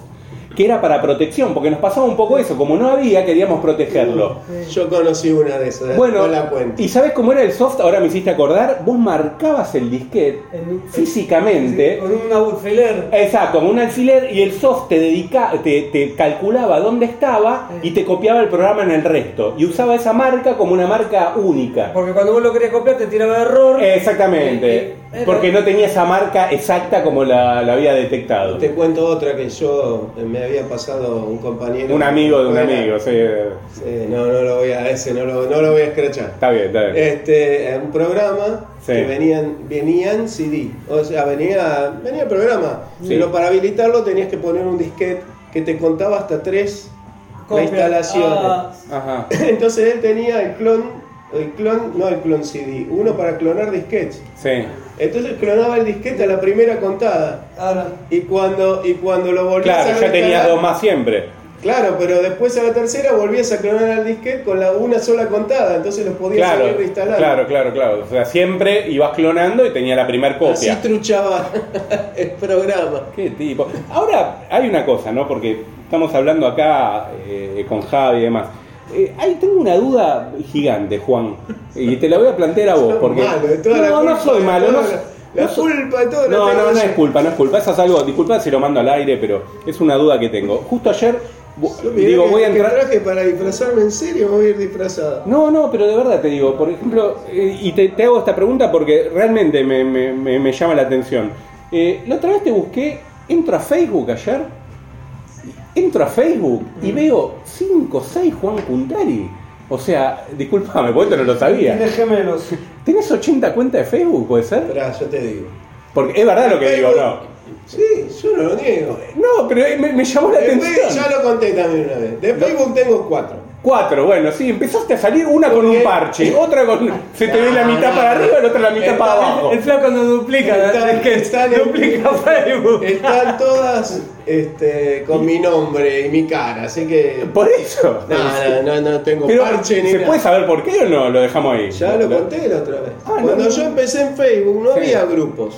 A: que era para protección, porque nos pasaba un poco eso. Como no había, queríamos protegerlo.
B: Yo conocí una de esas,
A: Bueno,
B: no la cuento.
A: ¿y sabes cómo era el soft? Ahora me hiciste acordar. Vos marcabas el disquete
D: En-
A: físicamente.
D: con un alfiler.
A: Exacto, con un alfiler y el soft te, dedica, te, te calculaba dónde estaba y te copiaba el programa en el resto. Y usaba esa marca como una marca única.
C: Porque cuando vos lo querías copiar te tiraba error.
A: Eh,
B: Eh,
A: Exactamente,
C: Y- y-
A: porque no tenía esa marca exacta como la, la había detectado.
B: Te cuento otra que yo eh, me había pasado un compañero.
A: Un amigo de un
B: Bueno,
A: amigo, sí.
B: sí, no, no lo voy a, ese no lo, no lo voy a escrachar.
A: Está bien, está bien.
B: Este, eh, un programa
A: Sí.
B: que venían, venían CD, o sea, venía, venía el programa,
A: Sí.
B: pero para habilitarlo tenías que poner un disquete que te contaba hasta tres
C: Copia.
B: instalaciones.
C: Ah,
A: Ajá.
B: *laughs* Entonces él tenía el clon, el clon, no el clon CD, uno para clonar disquetes.
A: Sí.
B: Entonces clonaba el disquete a la primera contada.
D: Ahora,
B: Y cuando, y cuando lo volvías a
A: Claro, ya tenías
B: reinstalar-
A: dos más siempre.
B: Claro, pero después a la tercera volvías a clonar al disquete con la una sola contada, entonces los podías
A: Claro,
B: seguir reinstalando.
A: claro, claro, claro. O sea, siempre ibas clonando y tenía la primer
B: Así
A: copia. *laughs*
B: truchaba el programa.
A: Qué tipo. Ahora, hay una cosa, ¿no? Porque estamos hablando acá eh, con Javi y demás. Eh, ahí tengo una duda gigante, Juan. Y te la voy a
B: *laughs*
A: plantear a vos. Porque...
B: Malo, de toda la
A: no, no
B: culpa,
A: soy
B: de
A: malo. No,
B: toda
A: no
B: la- la
A: so-
B: culpa de todo la
A: No,
B: tengo
A: no, no
B: yo.
A: es culpa, no es culpa. Eso es algo. Disculpad si lo mando al aire, pero es una duda que tengo. Justo ayer. bu-
B: Yo mirá
A: Digo,
B: que-
A: voy a
B: que
A: entrar.
B: traje para disfrazarme en serio, voy a ir disfrazado.
A: No, no, pero de verdad te digo, por ejemplo, eh, y te, te hago esta pregunta porque realmente me, me- me- me llama la atención. Eh, la otra vez te busqué, entro a Facebook ayer, entro a Facebook
B: Mm.
A: y veo 5 o 6 Juan Puntari. O sea, discúlpame, porque esto no lo
D: tiene
A: sabía.
D: gemelos.
A: ¿Tenés 80 cuentas de Facebook, puede ser?
B: Esperá, yo te digo.
A: Porque es verdad lo que digo,
B: Facebook,
A: ¿no?
B: Sí, yo no lo niego.
A: No, pero eh, me, me llamó la
B: Después, ya
A: atención.
B: lo conté también una vez. De Facebook tengo cuatro.
A: Cuatro, bueno, sí, empezaste a salir una con un
B: Porque-
A: parche, otra con. Se te ve la mitad para arriba y la otra la mitad para
B: Está-
A: abajo.
C: El flaco no duplica,
B: Está-
C: es que
B: está en- Eh,
C: duplica Facebook.
B: Están todas este, con mi nombre y mi cara, así
A: *laughs*
B: que.
A: Por eso.
B: No, no, no, no tengo
A: Pero,
B: parche ni
A: ¿se
B: nada.
A: puede saber por qué o no? Lo dejamos ahí.
B: Ya lo conté la otra vez.
A: Ah, no,
B: Cuando
A: no.
B: yo empecé en Facebook no
A: Sí.
B: había grupos.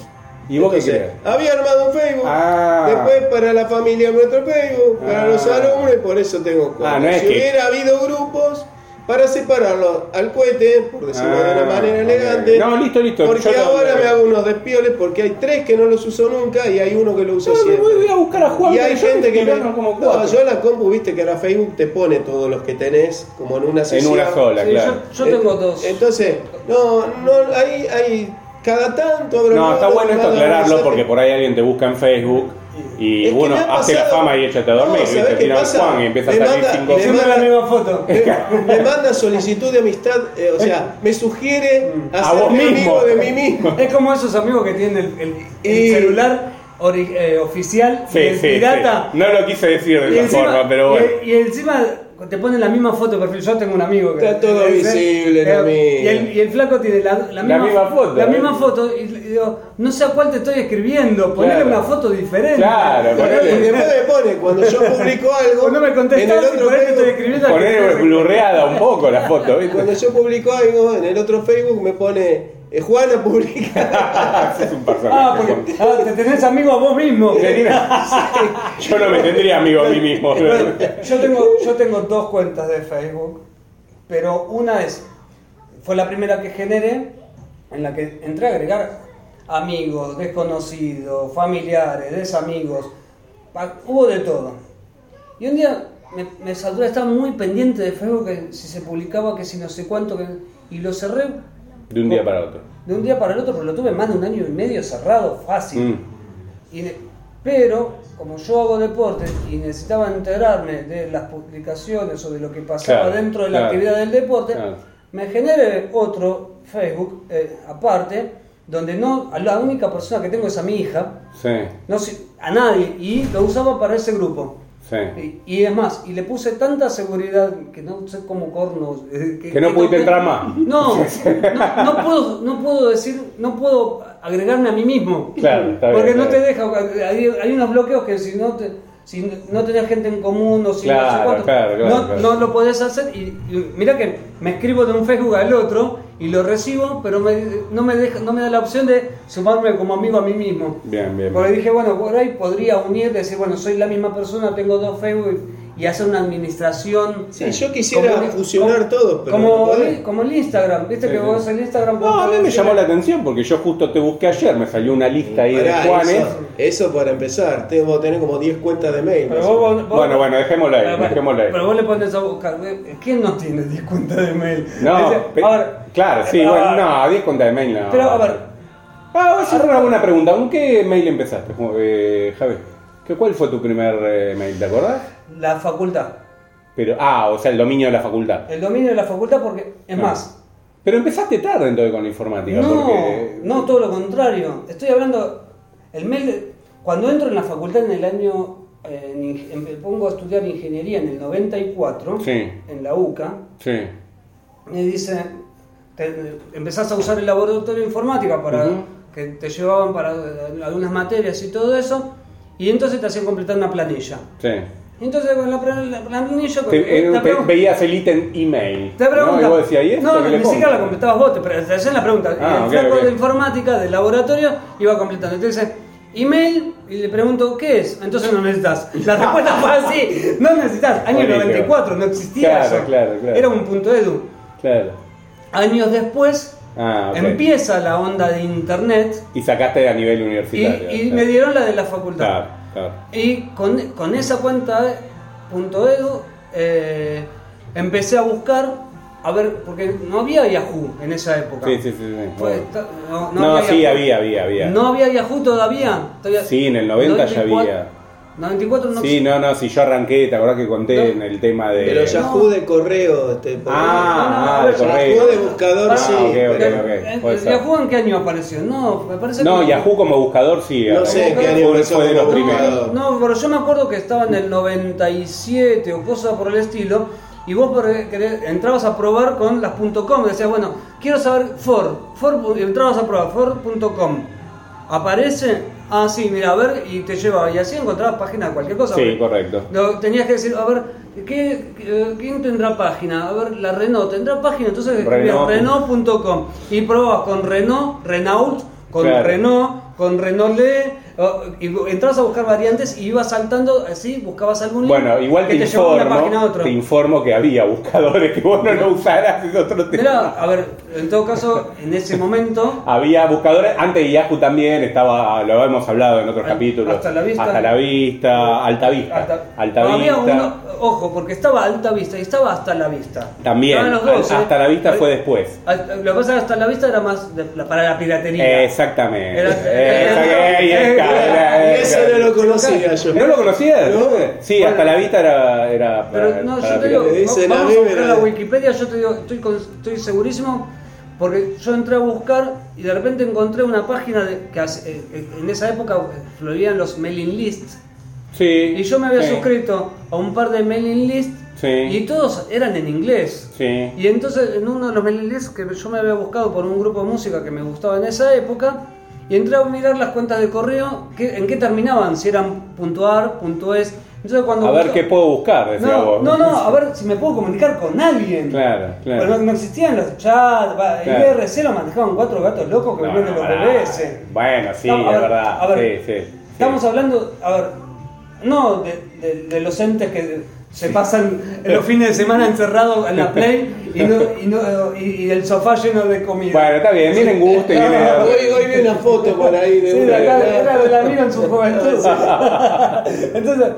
A: ¿Y vos qué
B: Entonces,
A: crees?
B: Había armado un Facebook.
A: Ah.
B: Después para la familia me otro Facebook, para
A: Ah.
B: los alumnos, y por eso tengo cuatro.
A: Ah, no es
B: si
A: que-
B: hubiera habido grupos para separarlos al cohete, por decirlo de
A: Ah,
B: una manera
A: ok.
B: elegante.
A: No, listo, listo.
B: Porque
A: Yo lo-
B: ahora me hago unos despioles porque hay tres que no los uso nunca y hay uno que lo uso
A: No, me
B: siempre.
A: voy a buscar a Juan,
B: Y
A: pero
B: hay
A: yo
B: gente
A: me
B: que me...
A: tiraron como
B: No,
A: cuatro.
B: yo la compu, viste que ahora Facebook te pone todos los que tenés, como en una
A: En
B: sesión.
A: una sola,
C: Sí,
A: claro.
C: yo, yo tengo dos.
B: Eh, Entonces, no, no, hay, hay cada tanto habrá
A: No,
B: uno,
A: está bueno esto
B: habrá
A: aclararlo
B: uno,
A: porque por ahí alguien te busca en Facebook y
B: Es que
A: uno
B: me ha
A: hace la
B: pasado-
A: fama y échate a dormir.
B: No,
A: y
B: ¿sabés
A: te
B: qué
A: tira
B: pasa?
A: Juan y empieza a
B: Le
A: salir
B: manda-
A: cinco.
B: le
D: Siempre la misma foto.
A: *laughs* Eh,
B: Me manda solicitud de amistad, eh, o sea, me sugiere
A: Mm. A
B: hacerme
A: vos mismo.
B: amigo de mí mismo.
C: Es como esos amigos que tienen el, el- el
B: Y-
C: celular ori- eh, oficial y
A: Sí,
C: el
A: sí,
C: pirata.
A: sí. No lo quise decir de esa forma, pero bueno.
C: y- y encima te ponen la misma foto de perfil. Yo tengo un amigo que.
B: Está todo
C: eh,
B: visible,
C: eh,
B: no
C: y, el,
B: mira.
C: y el flaco tiene la, la
A: La misma foto,
C: La
A: ¿eh?
C: misma foto. Y le digo, no sé a cuál te estoy escribiendo. Ponele
A: Claro.
C: una foto diferente.
A: Claro,
B: Y
A: *laughs*
C: *laughs*
A: ponele.
B: después me pone, cuando yo publico algo,
C: O no me
B: en el
C: contestás y
B: otro
C: por ahí te estoy
B: Facebook,
C: escribiendo. al que
A: Poner
C: te-
A: blurreada un poco la foto,
B: cuando *laughs*
A: ¿viste?
B: yo publico algo, en el otro Facebook me pone, eh, Juana
A: *laughs*
B: publica.
A: es un personaje.
C: Ah, porque ah, te tenés amigo a vos mismo.
B: *laughs*
A: Yo no me tendría amigo a mí mismo.
D: *laughs* Yo tengo, yo tengo dos cuentas de Facebook, pero una es, fue la primera que generé, en la que entré a agregar amigos, desconocidos, familiares, desamigos, pa- hubo de todo.
C: Y un día me, me saltó, estaba muy pendiente de Facebook, que si se publicaba, que si no sé cuánto, que- y lo cerré
A: De un día para otro.
C: de un día para el otro, pero lo tuve más de un año y medio cerrado, fácil.
A: Mm.
C: Y ne- pero, como yo hago deporte y necesitaba enterarme de las publicaciones o de lo que pasaba
A: Claro,
C: dentro de la
A: claro.
C: actividad del deporte,
A: Claro.
C: me generé otro Facebook eh, aparte, donde no a la única persona que tengo es a mi hija,
A: Sí,
C: no sé- a nadie, y lo usaba para ese grupo.
A: sí.
C: Y, Eh, y es más, y le puse tanta seguridad que no sé cómo cornos. eh,
A: Que no pudiste
C: toqué-
A: entrar más. *laughs*
C: No, no, no puedo, no puedo decir, no puedo agregarme a mí mismo.
A: Claro, está bien,
C: Porque
A: está
C: no te
A: bien.
C: deja, hay, hay unos bloqueos que si no te. Si no tenés gente en común o si no
A: Claro,
C: sé cuánto,
A: claro, claro,
C: no,
A: claro.
C: no lo podés hacer. Y, y mira que me escribo de un Facebook al otro y lo recibo, pero me- no, me deja, no me da la opción de sumarme como amigo a mí mismo.
A: Bien, bien.
C: Porque
A: bien.
C: dije, bueno, por ahí podría unir, decir, bueno, soy la misma persona, tengo dos Facebook y hacer una administración.
B: Sí, yo quisiera
C: Como-
B: fusionar
C: como-
B: todo, pero no
C: como,
B: podés.
C: como el Instagram, viste
A: Sí,
C: que
A: sí.
C: vos en Instagram. vos
A: No, a mí me
C: podés
A: llamó la
C: decir-
A: atención porque yo justo te busqué ayer, me salió una lista ahí de
B: Pará,
A: Juanes.
B: eso, eso para empezar, tengo que tener como 10 cuentas de mail.
C: Pero
B: más o
C: vos-
B: menos.
C: vos- vos-
A: Bueno, bueno, dejémosla ahí,
C: Pero, bueno,
A: dejémosla ahí.
C: pero vos le pones a buscar. eh, ¿Quién no tiene 10 cuentas de mail?
A: No,
C: Dice,
A: pe-
C: a ver,
A: claro, sí,
C: a
A: bueno,
C: ver,
A: no, 10 cuentas de mail no.
C: Pero, a ver.
A: Ah, voy a hacer una buena pregunta. ¿Con qué mail empezaste, Ju- eh, Javi? ¿Qué, ¿Cuál fue tu primer eh, mail, te acordás?
D: La facultad,
A: Pero, ah, o sea, el dominio de la facultad.
D: el dominio de la facultad porque, es
A: Ah.
D: más,
A: Pero empezaste tarde entonces con la informática,
D: No,
A: porque...
D: no, todo lo contrario. Estoy hablando. El mail. de- Cuando entro en la facultad en el año. eh, en ing- en- me pongo a estudiar ingeniería en el 94.
A: Sí.
D: En la UCA.
A: Sí,
D: Me dice. te- empezás a usar el laboratorio de informática para.
A: Ujú.
D: que te llevaban para eh, algunas materias y todo eso. Y entonces te hacían completar una planilla.
A: sí.
D: Y Entonces con la, plan- la planilla. con-
A: Te- eh,
D: la
A: te-
D: pregun-
A: veías el ítem email.
D: te pregunta.
A: ¿no? Y vos decías, ¿y esto
D: no,
A: qué
D: ni
A: le pongo?
D: siquiera la completabas vos, te, pre- te hacían la pregunta.
A: Ah,
D: el
A: ok,
D: flaco
A: ok.
D: de informática del laboratorio iba completando. Entonces, email, y le pregunto, ¿qué es? Entonces no necesitas.
A: *laughs*
D: La respuesta fue así: no necesitas. Año
A: Buenísimo.
D: 94, no existía
A: Claro,
D: eso.
A: claro, claro.
D: Era un punto edu.
A: Claro.
D: Años después,
A: Ah, ok.
D: empieza la onda de internet
A: Y sacaste a nivel
D: y,
A: universitario.
D: y
A: claro.
D: me dieron la de la facultad.
A: Claro, claro.
D: Y con, con esa cuenta eh, punto .edu eh, empecé a buscar, a ver, porque no había Yahoo en esa época.
A: Sí, sí, sí. sí.
C: Pues,
D: Fue
A: Bueno.
D: esta-
A: No, sí,
D: Yahoo.
A: había, había, había.
D: No había Yahoo todavía. todavía-
A: Sí, en el 90 ya había.
C: 94 no
A: Sí, no, no, si yo arranqué, te acordás que conté
C: No.
A: en el tema de.
B: Pero Yahoo
C: no.
B: de correo. Este, por-
A: Ah, ah, de
B: Yahoo de
A: correo.
B: buscador,
A: Ah,
B: sí.
A: ok, ok,
B: pero-
A: ok.
C: Eh,
A: puede ser.
C: ¿Yahoo en qué año apareció? No, me parece
A: No,
C: que-
A: Yahoo como buscador sí.
B: No sé
A: arrancó.
B: qué año
A: Fue-
B: empezó
A: Fue de
B: como
A: los
B: buscador.
A: primeros.
C: No, pero yo me acuerdo que estaba en el 97 o cosas por el estilo, y vos por- querés- entrabas a probar con las .com, decías, bueno, quiero saber Ford, Ford entrabas a probar Ford.com, aparece, ah sí, mira, a ver, y te lleva, y así encontrabas páginas de cualquier cosa.
A: Sí,
C: porque-
A: correcto.
C: no, tenías que decir, a ver, ¿qué, eh, ¿quién tendrá página? A ver, la Renault tendrá página, entonces escribías
A: Renault.
C: Renault.com y probabas con Renault, Renault, con
A: Claro.
C: Renault, con Renault Le, o- y bu- entrabas a buscar variantes y ibas saltando así, buscabas algún link
A: Bueno, igual te,
C: que Este te llevaba de una página a
A: informo,
C: otra.
A: te informo que había buscadores que vos no lo usaras, es otro tema.
C: Mirá, a ver, en todo caso, en ese momento,
A: Había buscadores, antes de Yahoo también estaba, lo hemos hablado en otros
C: Al-
A: capítulos.
C: Hasta la Vista.
A: Hasta la vista, alta vista.
C: hasta-
A: Alta
C: había
A: Vista.
C: uno, ojo, porque estaba alta vista y estaba hasta la vista.
A: También,
C: Estaban los dos,
A: al-
C: ¿eh?
A: hasta la vista
C: Al-
A: fue después.
C: Hasta- Lo que pasa es que hasta la vista era más de- la- para la
A: Eh,
C: piratería.
A: Exactamente.
C: Era-
A: Esa-
C: era-
A: ey,
C: era-
A: esa-
B: Y
A: era-
B: eso no lo conocía yo.
A: ¿No lo conocías?
B: No.
A: Sí, hasta la vista era. era
C: Pero no,
A: para
C: yo te digo,
B: Le dicen
C: vamos
B: a
C: a
B: mí,
C: buscar
B: pero-
C: la Wikipedia, yo te digo, estoy, con- estoy segurísimo, porque yo entré a buscar y de repente encontré una página de- que hace- eh, eh, en esa época fluían los mailing lists.
A: Sí.
C: Y yo me había
A: sí,
C: suscrito a un par de mailing lists
A: Sí.
C: y todos eran en inglés.
A: Sí.
C: Y entonces en uno de los mailing lists que yo me había buscado por un grupo de música que me gustaba en esa época, y entré a mirar las cuentas de correo, que, en qué terminaban, si eran .ar, .es. E Entonces cuando
A: A ver
C: busca-
A: qué puedo buscar, decía
C: no,
A: vos.
C: no, no, a ver si me puedo comunicar con alguien.
A: *laughs* Claro, claro.
C: Pero no, no existían los chats, va, el
A: Claro.
C: IRC lo manejaban cuatro gatos locos que
A: No,
C: venían de los
A: pará.
C: BBS.
A: Bueno, sí,
C: eh. No, a
A: es
C: ver,
A: verdad.
C: a ver,
A: sí, sí, sí.
C: Estamos hablando, a ver, no de, de- de los entes que se pasan en los fines de semana encerrados en la play y, no, y, no- y- y el sofá lleno de comida.
A: Bueno, está bien, miren gusto y
C: No,
A: vienen
B: Ah, Hoy, hoy vi una foto por ahí de
C: Sí,
B: una-
C: de acá, era de la mina en
A: *laughs*
C: su juventud. Entonces,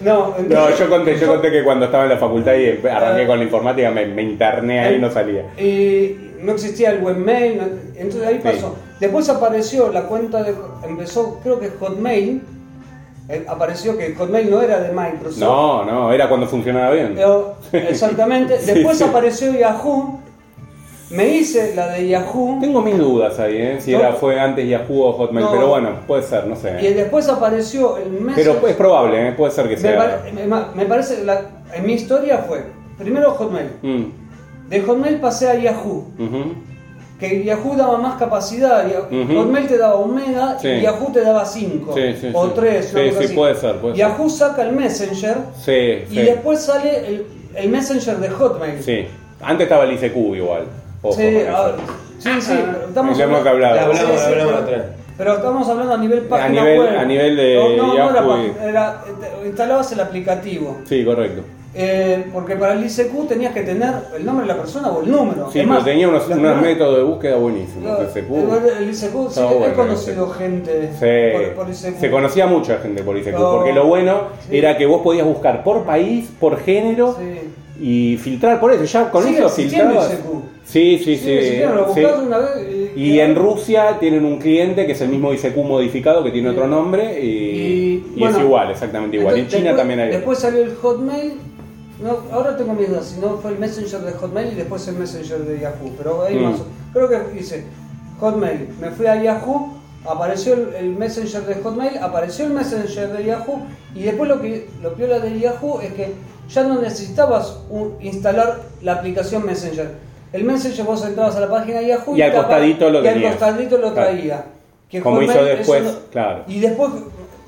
C: no,
A: No,
C: entonces-
A: yo conté, yo conté que cuando estaba en la facultad y empe- arranqué con la informática, me, me interné ahí y no salía.
C: Y no existía el webmail, no- entonces ahí
A: Sí.
C: pasó. Después apareció la cuenta de. Empezó, creo que Hotmail. eh, apareció que Hotmail no era de Microsoft.
A: No, no, era cuando funcionaba bien.
C: Pero, exactamente.
A: *laughs*
C: Después apareció Yahoo. Me hice la de Yahoo.
A: Tengo mis dudas ahí, ¿eh? si
C: No.
A: era fue antes Yahoo o Hotmail,
C: No.
A: pero bueno, puede ser, no sé.
C: Y después apareció el Messenger.
A: Pero es probable, ¿eh? puede ser que
C: me,
A: sea.
C: pare- me- me parece. la- en mi historia fue. Primero Hotmail.
A: Mm,
C: De Hotmail pasé a Yahoo.
A: ujú.
C: que Yahoo daba más capacidad, Ya-
A: Ujú.
C: Hotmail te daba un mega
A: Sí.
C: y Yahoo te daba 5
A: Sí, sí,
C: o
A: sí.
C: 3.
A: Sí, sí, puede ser, puede ser.
C: Yahoo saca el Messenger
A: Sí,
C: y
A: sí.
C: después sale el, el Messenger de Hotmail.
A: sí. Antes estaba el ICQ igual. Ojo
C: Sí,
A: con eso.
C: ah, sí, sí, pero estamos
A: Ya hemos hablado.
B: Ya hablamos,
C: Sí, sí,
B: hablamos
C: pero-
B: atrás.
C: Pero estamos hablando a nivel página
A: nivel-
C: web.
A: a nivel de
C: no, no, no era
A: Yahoo.
C: página, era- te- instalabas el aplicativo.
A: Sí, correcto.
C: Eh, porque para el ICQ tenías que tener el nombre de la persona o el número.
A: Sí,
C: Es
A: pero
C: más,
A: tenía unos,
C: la
A: unos
C: primera-
A: métodos de búsqueda buenísimos.
C: no,
A: ICQ.
C: igual El ICQ, sí,
A: Está bueno
C: he
A: el
C: conocido
A: ICQ.
C: gente
A: Sí.
C: por, por ICQ.
A: Se conocía mucha gente por ICQ,
C: Oh.
A: porque lo bueno
C: Sí.
A: era que vos podías buscar por país, por género
C: Sí.
A: y filtrar por eso. Ya con
C: Sigue
A: eso
C: existiendo
A: filtrabas.
C: ICQ.
A: Sí, sí, sí.
C: Sí, sí, claro, lo
A: sí.
C: buscás una vez y,
A: Y en Rusia tienen un cliente que es el mismo ICQ modificado, que tiene otro nombre y,
C: Y,
A: y
C: bueno,
A: es igual, exactamente igual.
C: Entonces,
A: en China
C: después-
A: también hay. *laughs*
C: Después salió el Hotmail. No, ahora tengo mis dudas, si no fue el Messenger de Hotmail y después el Messenger de Yahoo. Pero ahí
A: Mm.
C: más, creo que hice Hotmail, me fui a Yahoo, apareció el, el Messenger de Hotmail, apareció el Messenger de Yahoo y después lo que lo piola de Yahoo es que ya no necesitabas un- instalar la aplicación Messenger. El Messenger vos entrabas a la página de Yahoo
A: Y al
C: te apa-
A: costadito lo
C: y al
A: tenías.
C: costadito lo
A: Claro.
C: traía. Que
A: Como hizo
C: Hotmail,
A: después,
C: eso no-
A: claro.
C: Y después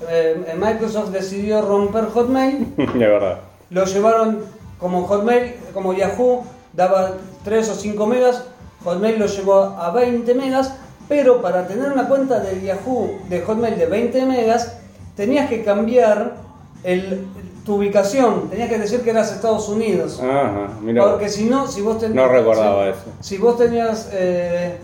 C: eh, Microsoft decidió romper Hotmail,
A: De verdad.
C: lo llevaron como Hotmail, como Yahoo, daba 3 o 5 megas, Hotmail lo llevó a 20 megas, pero para tener una cuenta de Yahoo, de Hotmail de 20 megas, tenías que cambiar el- tu ubicación, tenías que decir que eras Estados Unidos.
A: Ajá, mira.
C: Porque si no, si vos tenías...
A: Ah, No recordaba eso.
C: Si vos tenías... eh,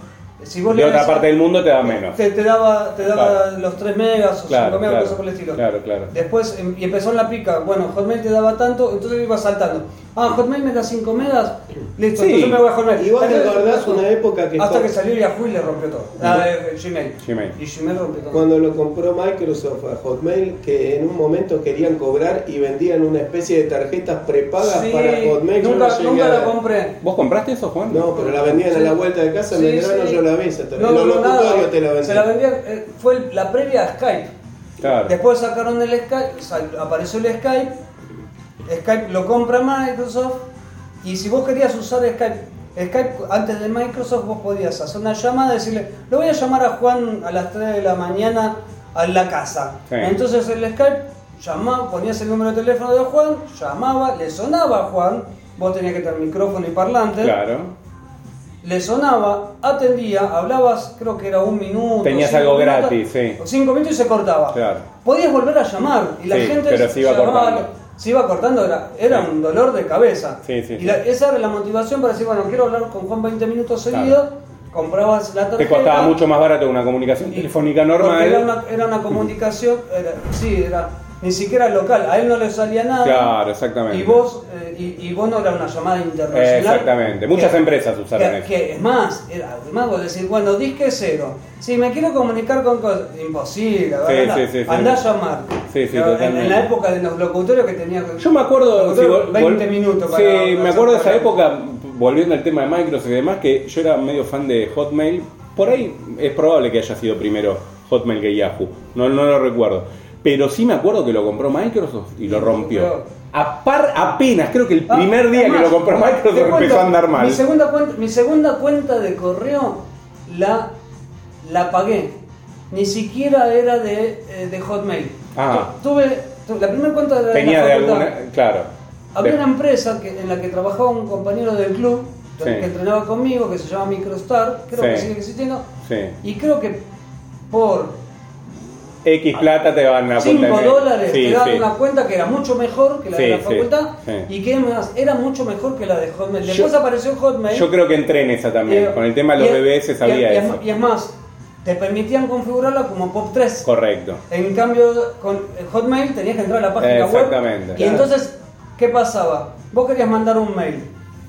C: si vos
A: De
C: le
A: otra
C: das-
A: parte del mundo te da menos.
C: te, te daba, te daba
A: Claro.
C: los 3 megas o 5
A: Claro,
C: megas,
A: claro.
C: cosas por el estilo.
A: Claro, claro.
C: Después em- y empezó en la pica, bueno, Hotmail te daba tanto, entonces iba saltando. Ah, Hotmail me da 5 megas. Listo,
A: Sí.
C: entonces me voy a Hotmail.
B: Y vos te
C: Tal vez-
B: acordás una época que
C: Hasta
B: fue-
C: que salió Yahoo y le rompió todo. Ah, eh, Gmail.
A: Gmail.
C: Y Gmail rompió todo.
B: Cuando lo compró Microsoft a Hotmail, que en un momento querían cobrar y vendían una especie de tarjetas prepagas
C: Sí,
B: para Hotmail. yo
C: nunca,
B: no llegué
C: nunca
B: a-
C: la compré.
A: ¿Vos compraste eso, Juan?
B: No, pero la vendían a la vuelta de casa, en el grano yo la vi. esa tarjeta.
C: No, no,
B: Los
C: no, nada.
B: locutorios te la vendían.
C: Se la vendían, eh, fue el- la previa a Skype.
A: Claro.
C: Después sacaron el Skype, sal- apareció el Skype, Skype lo compra Microsoft y si vos querías usar Skype, Skype antes de Microsoft vos podías hacer una llamada y decirle, lo voy a llamar a Juan a las 3 de la mañana a la casa.
A: Sí.
C: Entonces el Skype llamaba, ponías el número de teléfono de Juan, llamaba, le sonaba a Juan, vos tenías que tener micrófono y parlante
A: Claro.
C: le sonaba, atendía, hablabas, creo que era un minuto.
A: Tenías
C: cinco
A: algo
C: minutos,
A: gratis, sí.
C: Cinco minutos y se cortaba.
A: Claro.
C: Podías volver a llamar y la
A: Sí,
C: gente
A: pero se iba cortando.
C: Se iba cortando, era, era
A: Sí.
C: un dolor de cabeza.
A: Sí, sí,
C: y
A: sí.
C: la- esa era la motivación para decir, bueno, quiero hablar con Juan 20 minutos
A: Claro.
C: seguidos, comprabas la
A: Te
C: tarjeta.
A: costaba mucho más barato que una comunicación
C: y-
A: telefónica
C: porque Era
A: normal.
C: una, era una comunicación, era- sí, era ni siquiera local, a él no le salía nada.
A: Claro, exactamente.
C: Y vos, eh, y, y vos no era una llamada internacional.
A: Exactamente. Muchas
C: Que-
A: empresas usaron
C: que,
A: eso.
C: que es más, era, además vos decís, bueno, disque cero. Si me quiero comunicar con cosas, imposible, ¿verdad?
A: sí, sí, sí.
C: Andá a llamar.
A: Sí, sí,
C: En- en,
A: totalmente.
C: la época de los locutorios que tenía
A: Yo me acuerdo. si
C: locutorio,
A: vol-
C: 20
A: vol-
C: minutos para.
A: Sí, me acuerdo de esa
C: para-
A: época, volviendo al tema de Microsoft y demás, que yo era medio fan de Hotmail. Por ahí es probable que haya sido primero Hotmail que Yahoo. No, no lo recuerdo. Pero sí me acuerdo que lo compró Microsoft y lo
C: Sí,
A: rompió.
C: claro.
A: A par, apenas, creo que el
C: Ah,
A: primer día que
C: además,
A: lo compró
C: te
A: Microsoft
C: cuento,
A: empezó a andar mal.
C: Mi segunda cuenta, mi segunda cuenta de correo la, la pagué. Ni siquiera era de, eh, de Hotmail.
A: Ah.
C: Tu- Tuve, tu- la primera cuenta era
A: Tenía
C: la
A: de
C: facultad.
A: alguna. Claro.
C: Había
A: De-
C: una empresa que- en la que trabajaba un compañero del club
A: Sí.
C: que entrenaba conmigo, que se llama Microstar, creo que
A: Sí.
C: sigue existiendo,
A: Sí.
C: y creo que por
A: X plata te van a
C: 5
A: poner-
C: dólares
A: Sí,
C: te daban
A: sí.
C: una cuenta que era mucho mejor que la
A: Sí,
C: de la
A: sí,
C: facultad
A: sí.
C: y que además era mucho mejor que la de Hotmail. Después
A: Yo-
C: apareció Hotmail.
A: Yo creo que entré en esa también.
C: ¿Eh? y-
A: Con el tema de los
C: y-
A: bebés se sabía
C: y- y es-
A: eso.
C: Y es más, te permitían configurarla como POP3.
A: Correcto.
C: En cambio, con Hotmail tenías que entrar a la página web.
A: Exactamente.
C: Y
A: Claro.
C: entonces, ¿qué pasaba? Vos querías mandar un mail.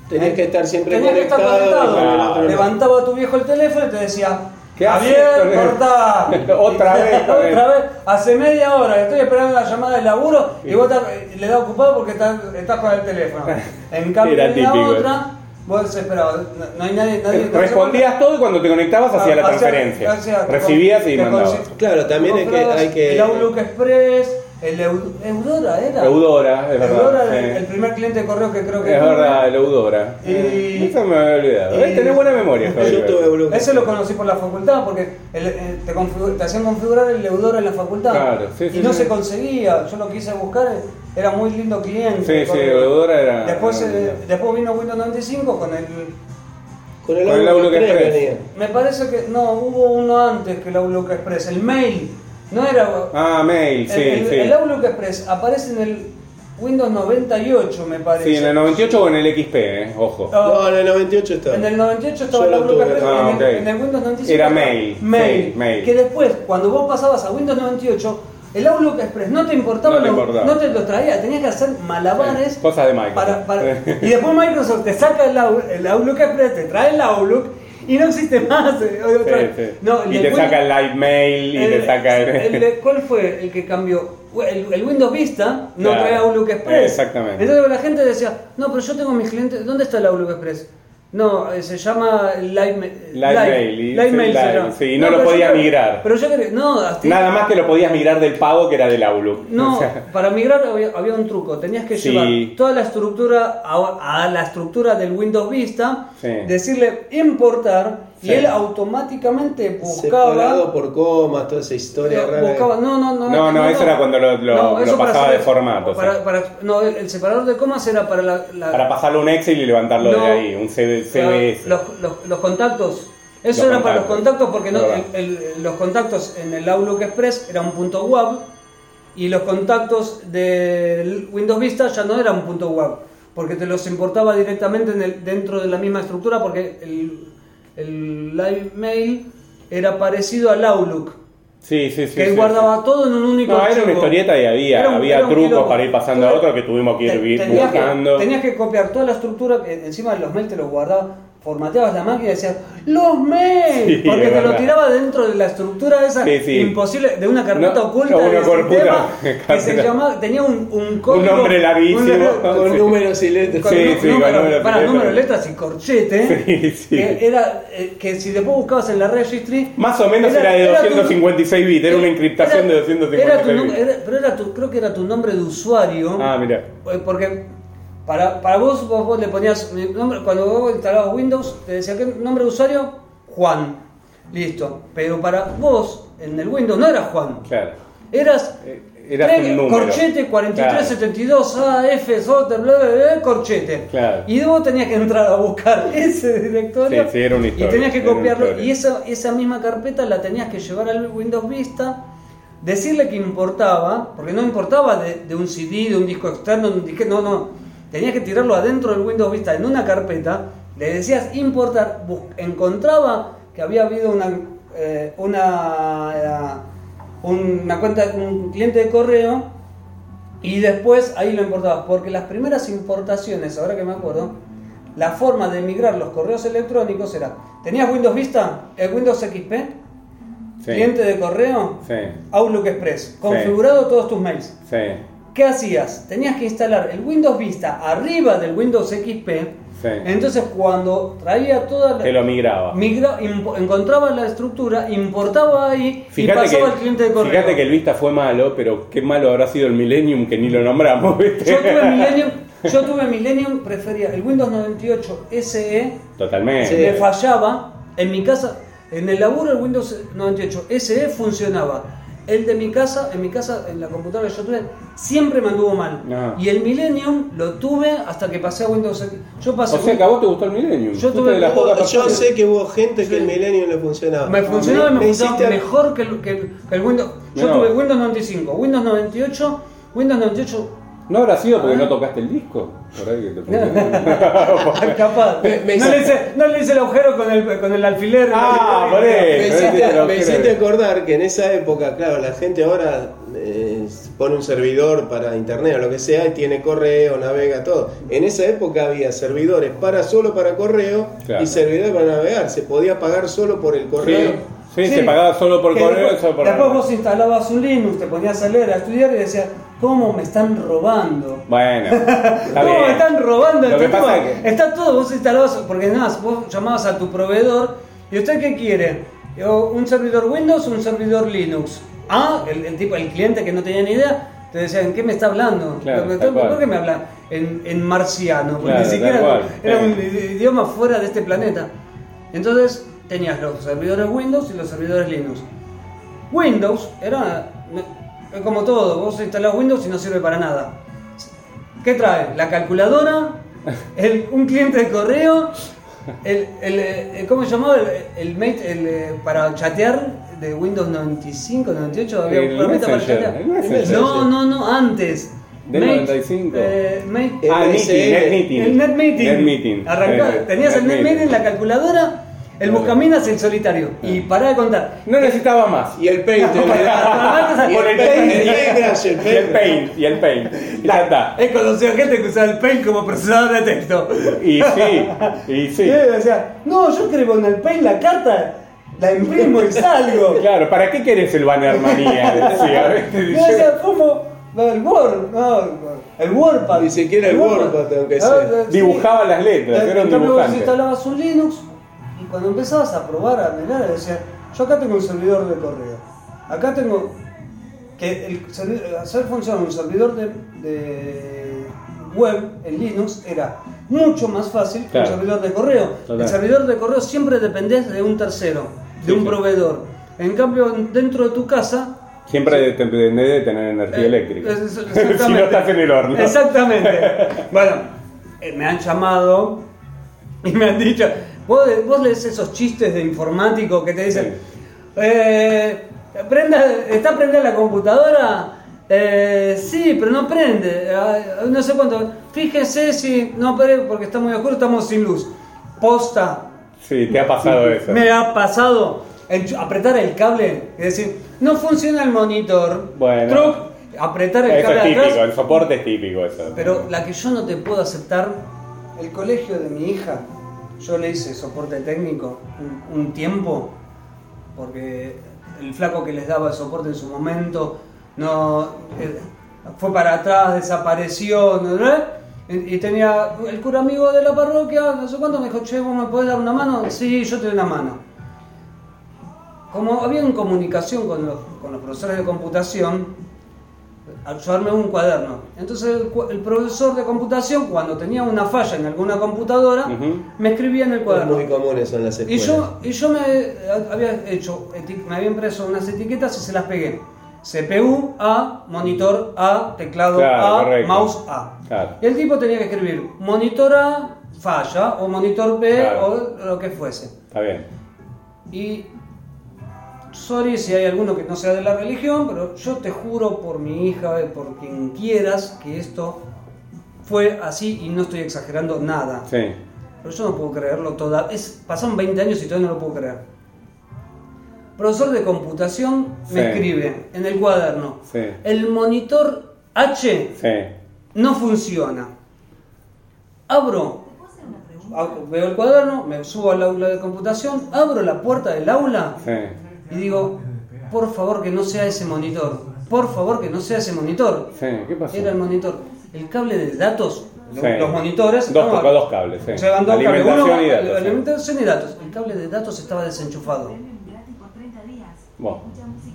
B: Tenías
C: Eh,
B: que estar siempre
C: tenías que estar
B: conectado
C: conectado.
A: con el otro lado.
C: Levantaba tu viejo el teléfono y te decía,
A: ¿Qué haces con
C: Javier,
A: él?
C: cortá.
A: *laughs* Otra vez con él.
C: Otra vez. Hace media hora que estoy esperando la llamada de laburo y vos te- le da ocupado porque estás, estás con
A: *laughs*
C: el teléfono. En cambio,
A: Era
C: en la
A: típico.
C: otra, vos esperabas. No, no hay nadie. nadie
A: Respondías todo y cuando te conectabas hacía la
C: Hacía-
A: transferencia.
C: hacía-
A: Recibías
C: te
A: y
C: con-
A: mandabas.
C: te
B: Claro, también hay que-
C: comprabas
B: hay que-
C: El Outlook Express, el Eu- Eudora era.
A: Eudora, es
C: Eudora
A: verdad.
C: era el,
A: sí.
C: el primer cliente de correo que creo que
A: Es
C: tuve.
A: verdad, el Eudora.
C: Y-
A: Eso me había olvidado.
C: y-
A: Eh, Tenés buena memoria,
B: Yo
A: Javier.
B: tuve Blue.
C: Ese lo conocí por la facultad, porque el- eh, te, configu- te hacían configurar el Eudora en la facultad.
A: Claro, sí,
C: y
A: sí,
C: no
A: sí.
C: se conseguía, yo lo quise buscar, era muy lindo cliente.
A: Sí, sí,
C: Correo.
A: Eudora era-
C: Después,
A: era
C: eh,
A: lindo.
C: después vino Windows 95 con el
B: Con el
A: Con el
B: Outlook
A: Outlook
B: Express
A: Express.
B: venía.
C: Me parece que no, hubo uno antes que el Outlook Express, el mail. No era.
A: Ah, mail,
C: el,
A: sí,
C: el-
A: sí.
C: el Outlook Express aparece en el Windows 98, me parece.
A: Sí, en el 98 o en el XP, eh, ojo.
C: Ah,
B: No, en el 98 estaba.
C: en el 98
B: Yo
C: estaba el
B: lo
C: Outlook
B: tuve.
C: Express,
A: Ah,
C: en,
A: ok.
C: el, en el Windows 95
A: Era
C: estaba
A: mail,
C: mail,
A: sí, mail.
C: Que después, cuando vos pasabas a Windows 98, el Outlook Express no te importaba,
A: No te
C: lo-
A: importaba.
C: no te los traía, tenías que hacer malabares.
A: Sí, cosas de Microsoft. *laughs*
C: para- para- y después Microsoft te saca el, Out- el Outlook Express, te trae el Outlook y no existe más. eh,
A: Sí,
C: otra-
A: sí.
C: No,
A: y
C: el
A: te
C: Windows-
A: saca el live mail y te saca el.
C: Eh, el de- ¿Cuál fue el que cambió? El, el Windows Vista no
A: Claro.
C: traía Outlook Express.
A: Exactamente.
C: Entonces la gente decía, no, pero yo tengo mis clientes, ¿dónde está el Outlook Express? No, eh, se llama Live, Ma- Live,
A: Mail, y-
C: Live
A: sí,
C: Mail se
A: Live,
C: llama.
A: sí, y no lo
C: pero
A: podía
C: yo creo-
A: migrar.
C: Pero yo creo, no,
A: *laughs*
C: hasta-
A: Nada más que lo podías migrar del pago que era del Outlook. *laughs*
C: no,
A: O sea,
C: para migrar había, había un truco, tenías que
A: Sí.
C: llevar toda la estructura a, a la estructura del Windows Vista,
A: Sí.
C: decirle importar
A: Sí.
C: y él automáticamente buscaba
B: Separado por comas, toda esa historia
C: no,
B: rara.
C: buscaba- no, no, no.
A: No, no, eso era cuando lo- lo- lo
C: eso para
A: pasaba
C: hacer-
A: de formato,
C: para-
A: sí.
C: para- no, el el separador de comas era para la. la-
A: para pasarlo a un Excel y levantarlo
C: No.
A: de ahí, un CD,
C: para
A: CBS.
C: los, los- los contactos.
A: Los
C: Eso era para los
A: contactos.
C: contactos porque no,
A: Verdad.
C: el- el- los contactos en el Outlook Express era un punto web y los contactos del Windows Vista ya no eran un punto web porque te los importaba directamente en el- dentro de la misma estructura porque el, el Live Mail era parecido al Outlook.
A: Sí, sí, sí.
E: que
A: sí,
E: guardaba todo en un único
A: No, era
E: archivo.
A: una historieta y había,
C: Era un-
A: había
C: era un
A: trucos
C: quilombo.
A: para ir pasando a otro que tuvimos que ir
C: Te-
A: vi-
C: tenías que-
A: buscando.
C: tenías que copiar toda la estructura que encima de los mails te lo guardaba, formateabas la máquina y decías ¡Los mails!
A: Sí,
C: porque
A: es
C: te lo
A: verdad.
C: tiraba dentro de la estructura esa
A: Sí, sí.
C: imposible, de una carpeta
A: No,
C: oculta
A: una
C: del
A: carpeta, *laughs*
C: sistema que se
A: carpeta.
C: llamaba, tenía un, un código.
A: nombre larguísimo.
C: un-
B: Con
A: Sí.
B: números y letras.
C: *laughs* con
A: Sí,
C: nu-
A: sí, con
C: número-
A: número,
C: para
A: letras.
C: número, letras y corchete
A: Sí, sí.
C: que era eh, que si después buscabas en la registry
A: Más o menos era, de
C: tu-
A: 256 bits, era una encriptación
C: era-
A: de
C: era tu
A: 256
C: nom-
A: bits.
C: era- pero era tu, creo que era tu nombre de usuario.
A: Ah, mira.
C: Eh, Porque para, para vos, vos, vos le ponías mi nombre, cuando vos instalabas Windows, te decía que nombre de usuario, Juan. Listo. Pero para vos, en el Windows, no era Juan.
A: Claro.
C: Eras.
A: Eh, eras
C: tres-
A: un número.
C: Corchete 4372 AF Soter, bla, bla, bla, E, corchete.
A: Claro.
C: Y vos tenías que entrar a buscar *laughs* ese directorio.
A: Sí, sí, era una historia,
C: Y tenías que
A: era una
C: copiarlo.
A: historia.
C: Y esa, esa misma carpeta la tenías que llevar al Windows Vista, decirle que importaba, porque no importaba de, de un CD, de un disco externo, de un disquete, no, no. Tenías que tirarlo adentro del Windows Vista en una carpeta, le decías importar, bus- encontraba que había habido una, eh, una, eh, una cuenta, un cliente de correo, y después ahí lo importabas, porque las primeras importaciones, ahora que me acuerdo, la forma de emigrar los correos electrónicos era, tenías Windows Vista, el Windows XP,
A: Sí.
C: cliente de correo,
A: Sí,
C: Outlook Express, configurado todos tus mails.
A: sí,
C: ¿Qué hacías? Tenías que instalar el Windows Vista arriba del Windows XP,
A: sí.
C: entonces cuando traía toda la...
A: Te lo migraba.
C: migra- impo- encontraba la estructura, importaba ahí y
A: Fíjate
C: pasaba
A: que,
C: al cliente de correo.
A: fíjate que el Vista fue malo, pero qué malo habrá sido el Millennium que ni lo nombramos, *laughs* ¿viste?
C: Yo tuve Millennium, yo tuve Millennium, prefería el Windows 98 SE,
A: Totalmente.
B: Sí.
C: E, me fallaba, en mi casa, en el laburo el Windows 98 SE E funcionaba. El de mi casa, en mi casa, en la computadora que yo tuve, siempre me anduvo mal.
A: Ah.
C: Y el Millennium lo tuve hasta que pasé a Windows. X. Yo pasé.
A: O sea que a vos te gustó el Millennium.
C: Yo
A: Fuiste
C: tuve-
A: de las
B: Hubo-
A: pocas
B: yo
A: personas-
B: sé que hubo gente que el Millennium le funcionaba.
C: Me funcionaba y me, funcionaba
B: hiciste-
C: mejor que el, que el- que el Windows. Yo
A: Mirá.
C: tuve Windows 95, Windows 98, Windows 98.
A: No habrá sido porque
C: Ah.
A: no tocaste el disco. Por ahí que te pusieron.
C: Capaz.
B: Me- me
C: no,
B: hizo-
C: le hice, no le hice el agujero con el, con el alfiler.
A: Ah, por eso.
B: Me
A: Eh, no
B: hiciste,
A: hiciste lo
B: me
A: que
B: hiciste
A: era.
B: acordar que en esa época, claro, la gente ahora eh, pone un servidor para internet o lo que sea y tiene correo, navega, todo. En esa época había servidores para solo para correo
A: Claro.
B: y servidores para navegar. Se podía pagar solo por el correo.
A: Sí, sí, se pagaba solo por
C: Que
A: correo
C: después,
A: y solo por
C: después
A: nada.
C: vos instalabas un Linux, te ponías a leer, a estudiar y decías, ¿cómo me están robando?
A: Bueno, está
C: ¿Cómo
A: bien.
C: me están robando?
A: Lo que
C: este
A: pasa
C: tema?
A: es que-
C: Está todo, vos instalabas, porque nada, más, vos llamabas a tu proveedor y usted qué quiere? Yo, ¿Un servidor Windows o un servidor Linux? Ah, el, el tipo, el cliente que no tenía ni idea, te decía, ¿en qué me está hablando?
A: Claro,
C: ¿Por-
A: tal
C: ¿Por por
A: cual.
C: qué me habla en, en marciano? Porque
A: Claro,
C: ni
A: tal
C: siquiera
A: cual, Eh.
C: era un
A: sí.
C: idioma fuera de este planeta. Entonces tenías los servidores Windows y los servidores Linux. Windows era es como todo, vos instalás Windows y no sirve para nada. ¿Qué trae? La calculadora, el- un cliente de correo, el, el, eh, ¿cómo se llamaba? El, el mate- el, eh, para chatear de Windows 95, 98, había
A: El
C: un programita para
A: Messenger,
C: chatear.
A: el Messenger.
C: No, no, no, antes.
A: Del 95.
C: eh, Mate-
A: Ah,
B: el
A: el meeting, net
B: NSL.
A: meeting.
C: el Net Meeting.
A: Net meeting.
C: Arrancá,
A: Eh,
C: tenías el Net Meeting, la calculadora, el buscaminas y el solitario.
A: Eh.
C: Y pará de contar.
A: No necesitaba más.
B: Y
C: *laughs*
B: el paint. el- y
A: Con
B: el
A: el
B: paint.
A: paint.
B: el airbrush, el
A: Y el
B: paint.
A: paint, y el paint. Y ya está.
C: He conocido gente que usaba el Paint como procesador de texto.
A: Y sí, y sí.
C: Y él decía, no, yo escribo en el Paint la carta, la imprimo
B: *laughs*
C: y salgo.
A: Claro, ¿para qué querés el banner manía? Decía, ¿viste?
C: Yo decía, ¿cómo? No, el Word, no, el WordPad.
B: Ni siquiera el WordPad, aunque sea.
A: Dibujaba las letras, era un
C: Entonces, vos
A: dibujante.
C: instalabas un Linux y cuando empezabas a probar, a mirar, decías, yo acá tengo un servidor de correo, acá tengo que el servi- hacer funcionar un servidor de, de web en Linux era mucho más fácil que un
A: Claro.
C: servidor de correo.
A: Total.
C: El servidor de correo siempre dependés de un tercero, de
A: Sí,
C: un
A: sí.
C: proveedor. En cambio, dentro de tu casa
A: Siempre te depende de tener energía eléctrica.
C: Eh, es- es-
A: *laughs* si no
C: exactamente.
A: estás en el horno.
C: Exactamente. Bueno, eh, me han llamado y me han dicho. Vos, vos lees esos chistes de informático que te dicen. eh, prenda- ¿Está prendida la computadora? Eh, sí, pero no prende. Ah, no sé cuánto. Fíjese si. No, pero porque está muy oscuro, estamos sin luz. Posta,
A: Sí, te ha pasado eso.
C: me ha pasado en- apretar el cable y decir, No funciona el monitor.
A: Bueno.
C: Truc, apretar el
A: Eso es
C: cable de
A: típico,
C: atrás.
A: el soporte es típico eso.
C: Pero la que yo no te puedo aceptar, el colegio de mi hija, yo le hice soporte técnico un, un tiempo, porque el flaco que les daba el soporte en su momento no eh, fue para atrás, desapareció, ¿no? ¿no? Y, y tenía el cura amigo de la parroquia, no sé cuánto, me dijo, che, vos me podés dar una mano? Sí, yo te doy una mano como había en comunicación con los, con los profesores de computación, al- yo armé un cuaderno. Entonces el, cu- el profesor de computación, cuando tenía una falla en alguna computadora,
A: Ujú.
C: me escribía en el
B: Es
C: cuaderno.
B: muy comunes son las
C: Y
B: escuelas.
C: yo, y yo me a- había hecho, eti- me había impreso unas etiquetas y se las pegué. CPU A, monitor A, teclado
A: Claro,
C: A,
A: correcto.
C: mouse A.
A: Claro.
C: Y el tipo tenía que escribir monitor A, falla, o monitor B,
A: Claro.
C: o lo que fuese.
A: Está bien.
C: Y sorry si hay alguno que no sea de la religión, pero yo te juro por mi hija, eh, por quien quieras, que esto fue así y no estoy exagerando nada.
A: Sí.
C: Pero yo no puedo creerlo toda. Es, pasaron 20 años y todavía no lo puedo creer. Profesor de computación me
A: Sí.
C: escribe en el cuaderno.
A: Sí.
C: El monitor H
A: Sí.
C: no funciona. Abro, ab- veo el cuaderno, me subo al aula de computación, abro la puerta del aula
A: Sí.
C: y digo, por favor que no sea ese monitor, por favor que no sea ese monitor.
A: Sí. ¿Qué pasó?
C: Era el monitor. El cable de datos, lo-
A: Sí.
C: los monitores...
A: Dos,
C: no,
A: ca- dos cables. Sí.
C: llevan dos cables,
A: alimentación
C: uno-
A: y datos. sí.
C: alimentación y datos. El cable de datos estaba desenchufado.
A: Bueno.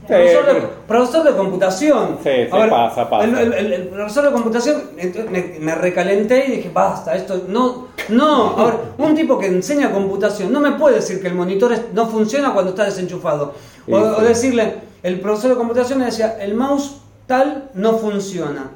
C: profesor, de,
A: Sí,
C: profesor de computación.
A: Sí, sí, pasa, pasa.
C: El, el- el- el profesor de computación ent- me, me recalenté y dije, basta, esto no. No, a ver, un tipo que enseña computación no me puede decir que el monitor es- no funciona cuando está desenchufado.
A: Sí,
C: O,
A: sí.
C: o decirle, el profesor de computación me decía, el mouse tal no funciona.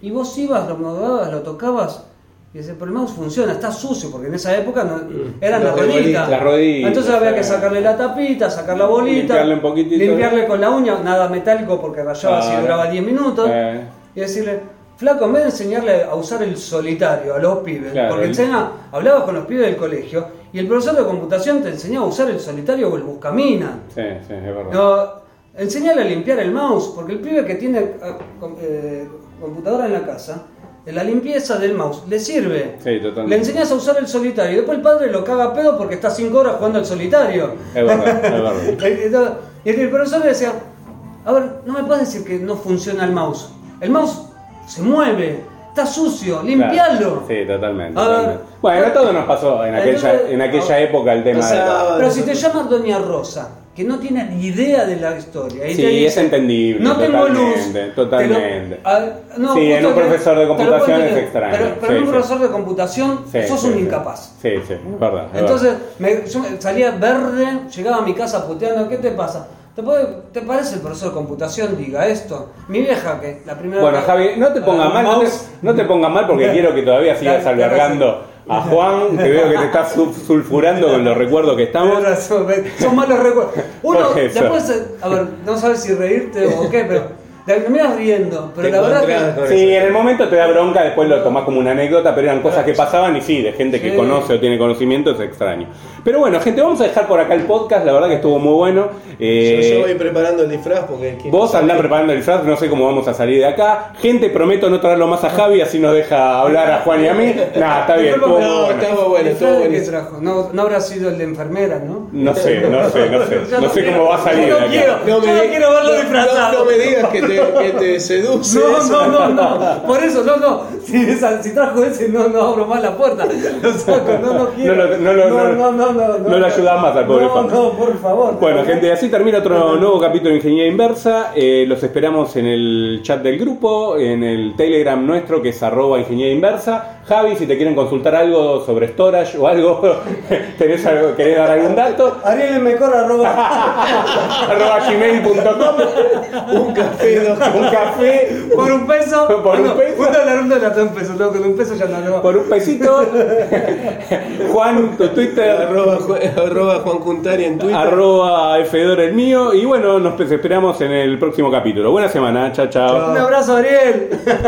C: Y vos ibas, lo movías, lo tocabas. Y decía, pero el mouse funciona, está sucio, porque en esa época no, eran
B: Las
C: las
B: rueditas,
C: roditas.
A: las rueditas,
C: Entonces había que
A: sí.
C: sacarle la tapita, sacar la bolita,
A: Limpiarle un poquitito.
C: limpiarle con la uña, nada metálico porque rayaba si
A: Claro.
C: duraba 10 minutos.
A: Eh.
C: Y decirle, flaco, en vez de enseñarle a usar el solitario a los pibes,
A: Claro,
C: porque
A: el-
C: enseña, hablabas con los pibes del colegio y el profesor de computación te enseñaba a usar el solitario o el buscamina.
A: Sí, sí, es verdad.
C: No, enseñale a limpiar el mouse, porque el pibe que tiene eh, com- eh, computadora en la casa, eh, la limpieza del mouse le sirve.
A: Sí, totalmente.
C: Le enseñas a usar el solitario, y después el padre lo caga a pedo porque está 5 horas jugando al solitario.
A: Es verdad, es verdad.
C: *laughs* Entonces, Y el profesor le decía, a ver, no me puedes decir que no funciona el mouse. El mouse se mueve, está sucio, limpialo.
A: Sí, totalmente.
C: A ver.
A: totalmente. Bueno, a todos nos pasó en aquella,
C: Entonces,
A: en
C: a
A: aquella
C: ver.
A: época el tema
B: O sea,
A: de...
C: Pero si te llama Doña Rosa, que no tiene ni idea de la historia, y te
A: Sí,
C: este dice,
A: es entendible.
C: no tengo luz.
A: totalmente, Totalmente.
C: Te lo- a- no,
A: sí, en
C: justo
A: un
C: que-
A: profesor de
C: te lo puedo
A: computación es
C: entender.
A: extraño.
C: Pero, pero
A: Sí,
C: en un
A: sí.
C: profesor de computación
A: Sí,
C: sos
A: sí,
C: un
A: sí.
C: incapaz.
A: Sí, sí, es verdad. es
C: Entonces me, yo me- salía verde, llegaba a mi casa puteando, ¿qué te pasa? ¿Te, puede- te parece el profesor de computación? Diga esto. Mi vieja, que la primera
A: Bueno,
C: vez-
A: Javi, no te
C: Ah,
A: pongas mal, no te,
C: mouse.
A: no
C: *laughs*
A: te pongas mal porque quiero que todavía sigas
C: Claro, claro,
A: albergando a Juan, que veo que te estás sub- sulfurando con los recuerdos que estamos.
C: Tenés razón, ves, son
A: *laughs*
C: malos recuerdos. Uno,
A: Por eso.
C: después, eh, a ver, no sabes si reírte o qué, pero te terminas riendo. Pero
B: Te
C: la verdad
B: encontrás
C: que.
B: con-
A: Sí, en el momento te da bronca, después lo tomás como una anécdota, pero eran cosas que pasaban y sí, de gente que
C: Sí.
A: conoce o tiene conocimiento es extraño. Pero bueno, gente, vamos a dejar por acá el podcast, la verdad que estuvo muy bueno.
B: Yo-
A: Eh,
B: yo voy preparando el disfraz porque quiero
A: Vos
B: salir.
A: andá preparando el disfraz, no sé cómo vamos a salir de acá. Gente, prometo no traerlo más a Javi, así nos deja hablar a Juan y a mí. Nah, está bien. estuvo
C: Disculpa, pero-
A: muy
B: No,
A: bueno.
B: estuvo bueno, estuvo
C: ¿Qué
B: bueno.
C: trajo? No, no habrá sido el de enfermera, ¿no?
A: No sé, no sé, no sé.
C: *laughs*
A: No
C: Yo no
A: sé
C: quiero-
A: cómo va a salir
C: yo
A: de
C: no quiero.
A: acá.
C: Yo no quiero verlo disfrazado.
B: No, me digas que te, que te seduce.
C: No,
B: eso.
C: no, no, no. Por eso, no, no. Si, esa- si trajo ese, no, no abro más la
A: *laughs*
C: puerta. Lo saco, no, no quiero.
A: No lo- no lo- no lo- no lo ayudás más al pobre
C: No,
A: Facu.
C: no, por favor.
A: Bueno, gente, así termina otro nuevo capítulo de Ingeniería Inversa. Eh, los esperamos en el chat del grupo, en el Telegram nuestro que es arroba Ingeniería Inversa. Javi, si te quieren consultar algo sobre storage o algo, *laughs* tenés algo, querés dar algún dato,
C: *laughs* Ariel
A: *laughs*
C: Mejor arroba.
A: arroba gmail.com,
B: Un café, dos
A: un café,
C: Por un peso. Ah,
A: Por un
C: no,
A: peso.
C: Un dólar, un dólar, un peso. No, con un peso ya no lo
A: por un pesito. *laughs* Juan, tu Twitter,
B: arroba, Ju- arroba Juan Cuntari en Twitter.
A: arroba Fedor el mío. Y bueno, nos esperamos en el próximo capítulo. Buena semana, chao. chao.
C: Un abrazo, Ariel.